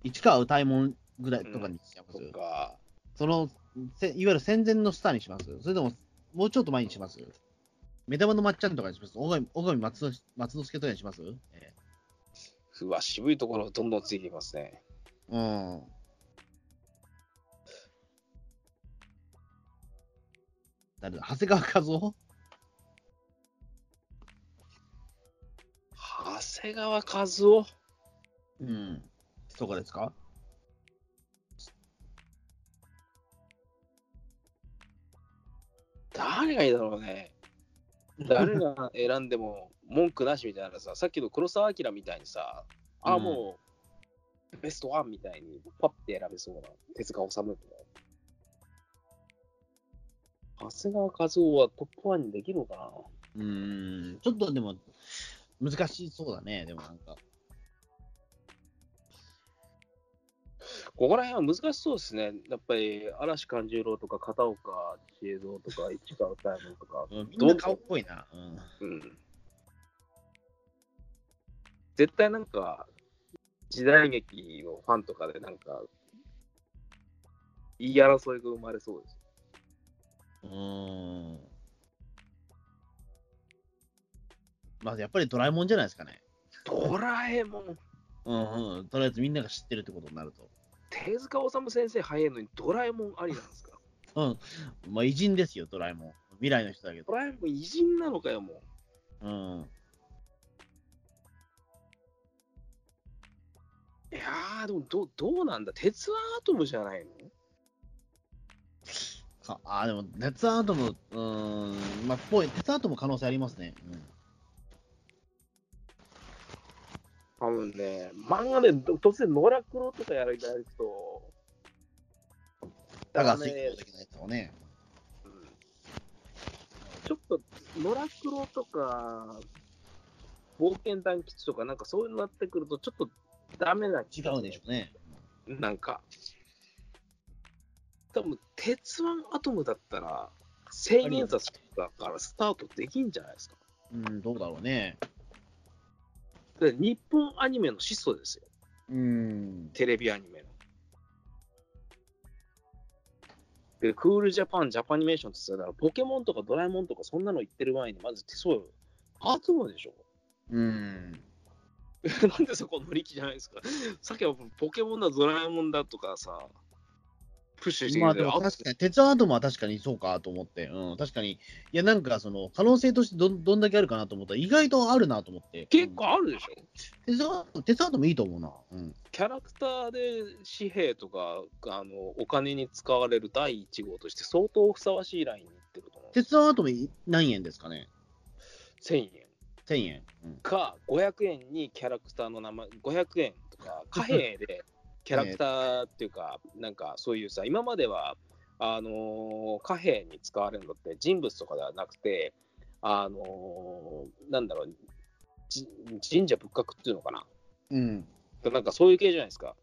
S2: 市川歌いもんぐらいとかにします、
S3: そっか。
S2: そのせ、いわゆる戦前のスターにしますそれとも、もうちょっと前にします目玉のまっちゃんとかにします小上小上松之松之助とかにします、え
S3: うわ、渋いところどんどんついてきますね。
S2: えうん。誰だ長谷川和夫
S3: 長谷川和夫
S2: うん。そこですか
S3: 誰がいいだろうね。誰が選んでも文句なしみたいなさ、さっきの黒澤明みたいにさ、あ、
S2: うん
S3: もう、ベストワンみたいにパッて選べそうな、手塚治虫みたいな。長谷川和夫はトップワンにできるのかな
S2: うーん。ちょっとでも、難しそうだね、でもなんか。
S3: ここら辺は難しそうですね。やっぱり嵐勘十郎とか片岡千恵蔵とか市川大門とか、
S2: うん、みんな顔っぽいな。うん。
S3: うん。絶対なんか、時代劇のファンとかでなんか、言い争いが生まれそうです。
S2: うーんまあ、やっぱりドラえもんじゃないですかね。
S3: ドラえもん、
S2: うんうん。とりあえずみんなが知ってるってことになると。
S3: 手塚治虫先生早いのにドラえもんありなんですか
S2: まあ、偉人ですよ、ドラえもん。未来の人だけ
S3: ド
S2: ど。
S3: ラえもん偉人なのかよ、もう。
S2: うん。
S3: いやー、でもどうどうなんだ鉄腕アトムじゃないの
S2: かああ、でも、鉄アートも、うーん、まあ、ぽい、鉄アートも可能性ありますね。
S3: 多分ね、漫画でど突然野良黒とかやられたりと、
S2: だから、
S3: ね
S2: 水耕的なやつをね。
S3: ちょっと野良黒とか、冒険団吉とか、なんかそういうのになってくると、ちょっとダメな
S2: 違うでしょうね。
S3: ょ。なんか、多分鉄腕アトムだったら、制限札だからスタートできんじゃないですか。
S2: うん、どうだろうね。
S3: で日本アニメの始祖ですよ、
S2: うん。
S3: テレビアニメの。で、クールジャパン、ジャパニメーションって言ってたら、ポケモンとかドラえもんとかそんなの言ってる前に、まず、そうよ、アトムでしょ。
S2: うん。
S3: なんでそこ乗り気じゃないですか。さっきはポケモンだ、ドラえもんだとかさ、プッシュして
S2: まあ
S3: て
S2: でも確かに、鉄アートも確かにそうかと思って、うん、確かに、いや、なんかその、可能性としてどどんだけあるかなと思ったら、意外とあるなと思って。
S3: 結構あるでしょ。
S2: うん、鉄アート、鉄アートもいいと思うな。うん。
S3: キャラクターで紙幣とかあのお金に使われる第1号として相当ふさわしいラインにいってると思う。
S2: 鉄アートもい何円ですかね
S3: 1000円
S2: ?1000 円。うん。
S3: か500円にキャラクターの名前、500円とか貨幣でキャラクターっていうか、なんかそういうさ、今まではあのー貨幣に使われるのって人物とかではなくて、あのーなんだろう、じ神社仏閣っていうのかな、
S2: うん。
S3: なんかそういう系じゃないですか。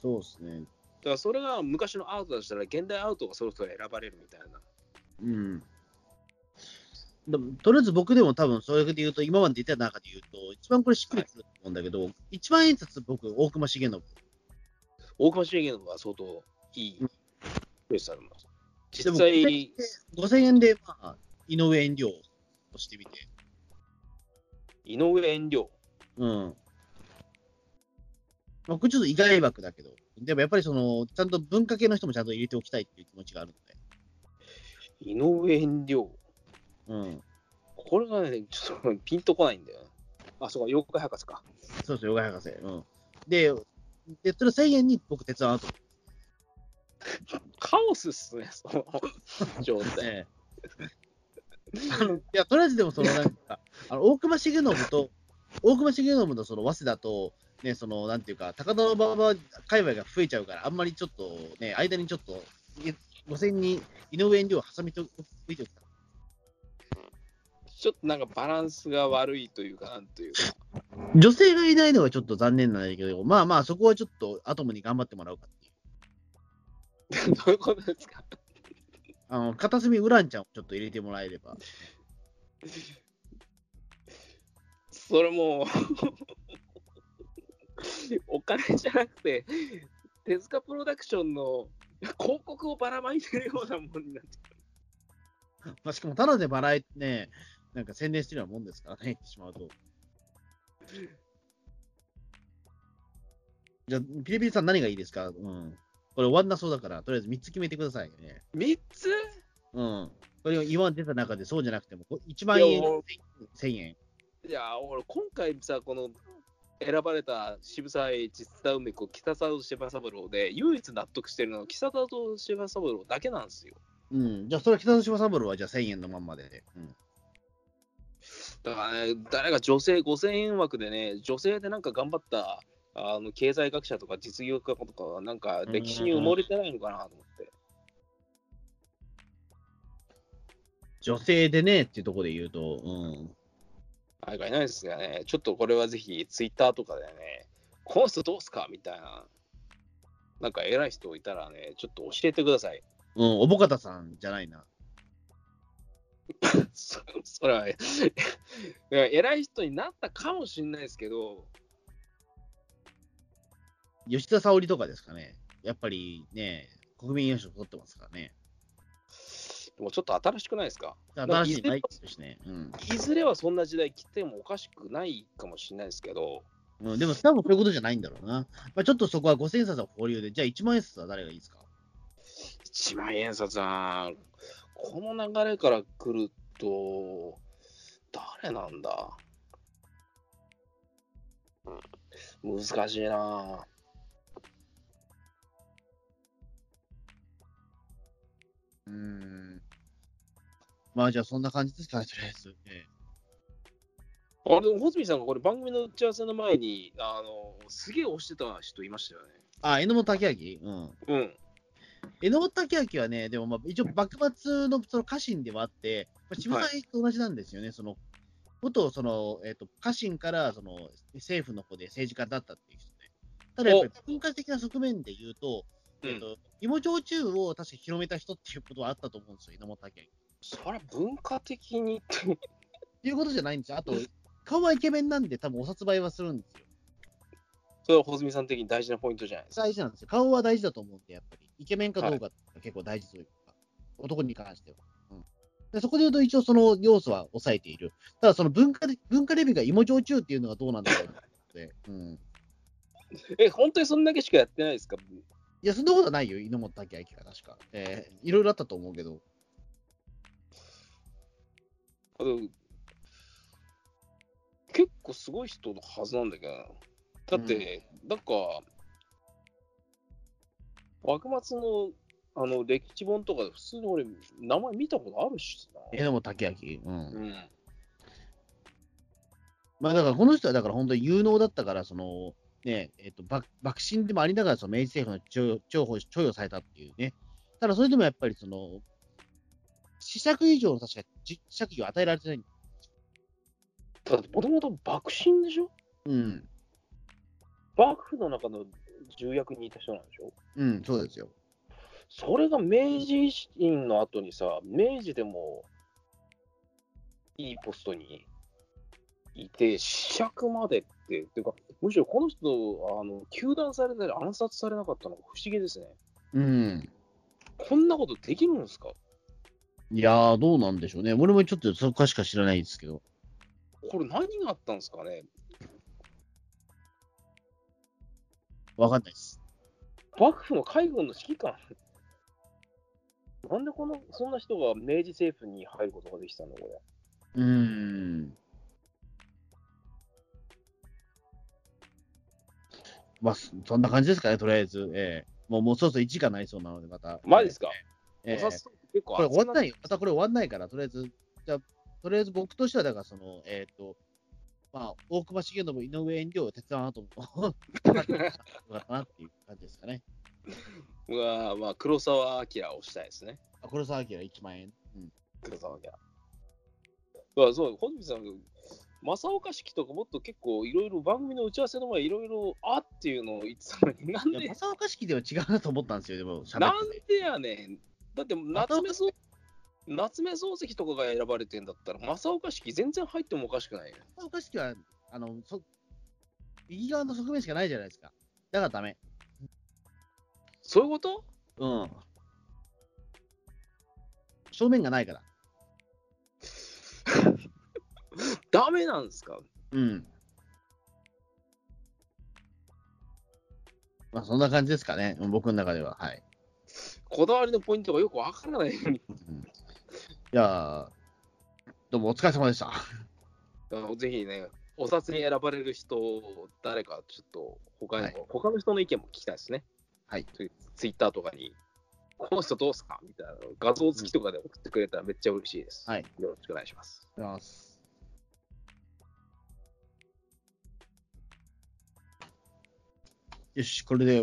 S2: そうですね。
S3: だからそれが昔のアートだとしたら、現代アートがそろそろ選ばれるみたいな。
S2: うん。でもとりあえず僕でも多分、それで言うと、今まで出た中で言うと、一番これしっくりくると思うんだけど、一番演説僕、大隈重信。
S3: 大隈重信は相当いいプレイスだと思います。
S2: で
S3: 実
S2: も
S3: 際、
S2: 5000円で、まあ、井上遠慮をしてみて。
S3: 井上遠慮。
S2: うん。まあ、これちょっと意外枠だけど、でもやっぱりその、ちゃんと文化系の人もちゃんと入れておきたいっていう気持ちがある
S3: 井上遠
S2: の
S3: 慮。
S2: で、うん。
S3: これがね、ちょっと ピンとこないんだよね。あ、そうか、妖怪博士か。
S2: そうそう、ヨガ博士。うん。で、で、それ1000円に僕、鉄腕アート。
S3: カオスっすね、 その状態。
S2: ええあのいや、とりあえずでもその、なんか、あの大隈重信と、大隈重信とその早稲田と、ね、その、なんていうか、高田馬場界隈が増えちゃうから、あんまりちょっと、ね、間にちょっと、い5000に井上遠慮を挟みといておきたい。
S3: ちょっとなんかバランスが悪いというか、なんというか。
S2: 女性がいないのがちょっと残念なんだけど、まあまあ、そこはちょっとアトムに頑張ってもらうかっていう。
S3: どういうことですか
S2: あの、片隅ウランちゃんをちょっと入れてもらえれば。
S3: それもう お金じゃなくて、手塚プロダクションの広告をばらまいてるようなもんになって
S2: まあ、しかもただでバラエね、なんか宣伝してるようなもんですからね、言ってしまうと。じゃあ、ピリピリさん何がいいですかうん。これ終わんなそうだから、とりあえず3つ決めてくださいね。
S3: 3つ
S2: うん。これを今出た中でそうじゃなくても、1万
S3: い
S2: 円
S3: やも、
S2: 1000円。
S3: いや、俺、今回さ、この選ばれた渋沢栄一、津田梅子、北里柴三郎で、唯一納得してるのは北里柴三郎だけなんですよ。
S2: うん。じゃあ、それは北の島三郎はじゃあ1000円のまんまで。うん。
S3: だからね、誰か女性5000円枠でね、女性でなんか頑張ったあの経済学者とか実業家とか、なんか歴史に埋もれてないのかなと思って。
S2: 女性でねっていうところで言うと、うん。
S3: あれがいないですがね、ちょっとこれはぜひツイッターとかでね、この人どうすかみたいな、なんか偉い人いたらね、ちょっと教えてください。
S2: うん、おぼかたさんじゃないな。
S3: そそれは、いや偉い人になったかもしれないですけど、
S2: 吉田沙保里とかですかね。やっぱりね、国民栄誉賞取ってますからね。
S3: もうちょっと新しくないですか
S2: 新しいないですしね。うん。
S3: いずれはそんな時代来てもおかしくないかもしれないですけど、
S2: うん、でも、多分そういうことじゃないんだろうな。まあ、ちょっとそこは5000冊は保留で、じゃあ1万円冊は誰がいいですか
S3: 一万円札さん、この流れから来ると、誰なんだうん難しいなぁ
S2: うーん。まあ、じゃあそんな感じですかね、とりあえず。ね
S3: あれ、ホズミさんがこれ番組の打ち合わせの前に、あの、すげえ押してた人いましたよね。
S2: あ、榎本武明うん。
S3: うん。
S2: 榎本武明はね、でもまあ一応、幕末のその家臣ではあって、まあ、渋沢栄一と同じなんですよね、その元その、えっと家臣からその政府の方で政治家だったっていう人で、ただやっぱり文化的な側面で言うと、
S3: うん
S2: えっと芋焼酎を確か広めた人っていうことはあったと思うんですよ、榎本武明。っ
S3: そりゃ文化的にって、
S2: ていうことじゃないんですよ、あと、顔はイケメンなんで、多分お札売いはするんですよ。
S3: それはホズミさん的に大事なポイントじゃないですか。
S2: 大事なんですよ、顔は大事だと思うんで、やっぱり、イケメンかどうかって結構大事というか、男に関しては。うんでそこで言うと、一応その要素は抑えている。ただ、その文化で文化レビューが芋焼酎っていうのがどうなんだろうなって、うん。
S3: え、本当にそんだけしかやってないですか
S2: いや、そんなことはないよ、井本武明が確か。えーいろいろあったと思うけど、
S3: あでも結構すごい人のはずなんだけどなだって、なんか幕末のあの歴史本とかで普通に俺名前見たことあるしな、
S2: 榎本武明。うん。
S3: うん、
S2: まあ、だからこの人は、だから本当に有能だったから、その、ねえっとば幕臣でもありながら、その明治政府の重重宝重用されたっていうね。ただ、それでもやっぱり、その、試作以上の確かじ試作業を与えられてない。
S3: だってもともと幕臣でしょ
S2: うん、
S3: 幕府の中の重役にいた人なんでしょ
S2: うん、そうですよ。
S3: それが明治維新の後にさ明治でもいいポストにいて試着までってっていうかむしろこの人あの糾弾されたり暗殺されなかったのが不思議ですね
S2: うん。
S3: こんなことできるんですか
S2: いやー、どうなんでしょうね。俺もちょっとそこしか知らないですけど。
S3: これ何があったんですかね
S2: わかんないです。
S3: 幕府の海軍の指揮官なんでこのそんな人が明治政府に入ることができたのこ
S2: うー
S3: れ
S2: ん。まあ、そそんな感じですかね、とりあえず。ええもう、もうそろそろ1時間ないそうなので、また。
S3: マジですか、
S2: ええ
S3: お札と結構
S2: これ終わんない
S3: い
S2: よ。またこれ終わんないから、とりあえず、じゃあとりあえず僕としては、だから、その、えっ、と、まあ、大隈重信、井上遠慮、鉄腕アトム、よかったなっていう感じですかね。
S3: うわーまあ黒澤明をしたいですね
S2: あ黒沢明1万円。うん
S3: 黒沢明。あそう、本日さん、正岡式とかもっと結構いろいろ番組の打ち合わせの前いろいろあっていうのを言ってたのに、なん
S2: いや、
S3: で、
S2: 正岡式では違うなと思ったんですよ、でも、喋
S3: な
S2: っ
S3: ん
S2: てて
S3: でやねん。だって夏目漱夏目漱石とかが選ばれてんだったら、正岡式全然入ってもおかしくないよ。
S2: 正岡式は、あの、そ右側の側面しかないじゃないですか。だからダメ。
S3: そういうこと
S2: うん。正面がないから。
S3: ダメなんですか
S2: うん。まあ、そんな感じですかね。僕の中では。はい。
S3: こだわりのポイントがよくわからない。
S2: うんいやーどうもお疲れ様でした。
S3: あのぜひね、お札に選ばれる人、誰かちょっと他にも、他の人の意見も聞きたいですね。
S2: はい。
S3: ツイッターとかに、この人どうすかみたいなの画像付きとかで送ってくれたらめっちゃ嬉しいです。
S2: はい。
S3: よろしくお願いします。
S2: おはようございます。よし、これで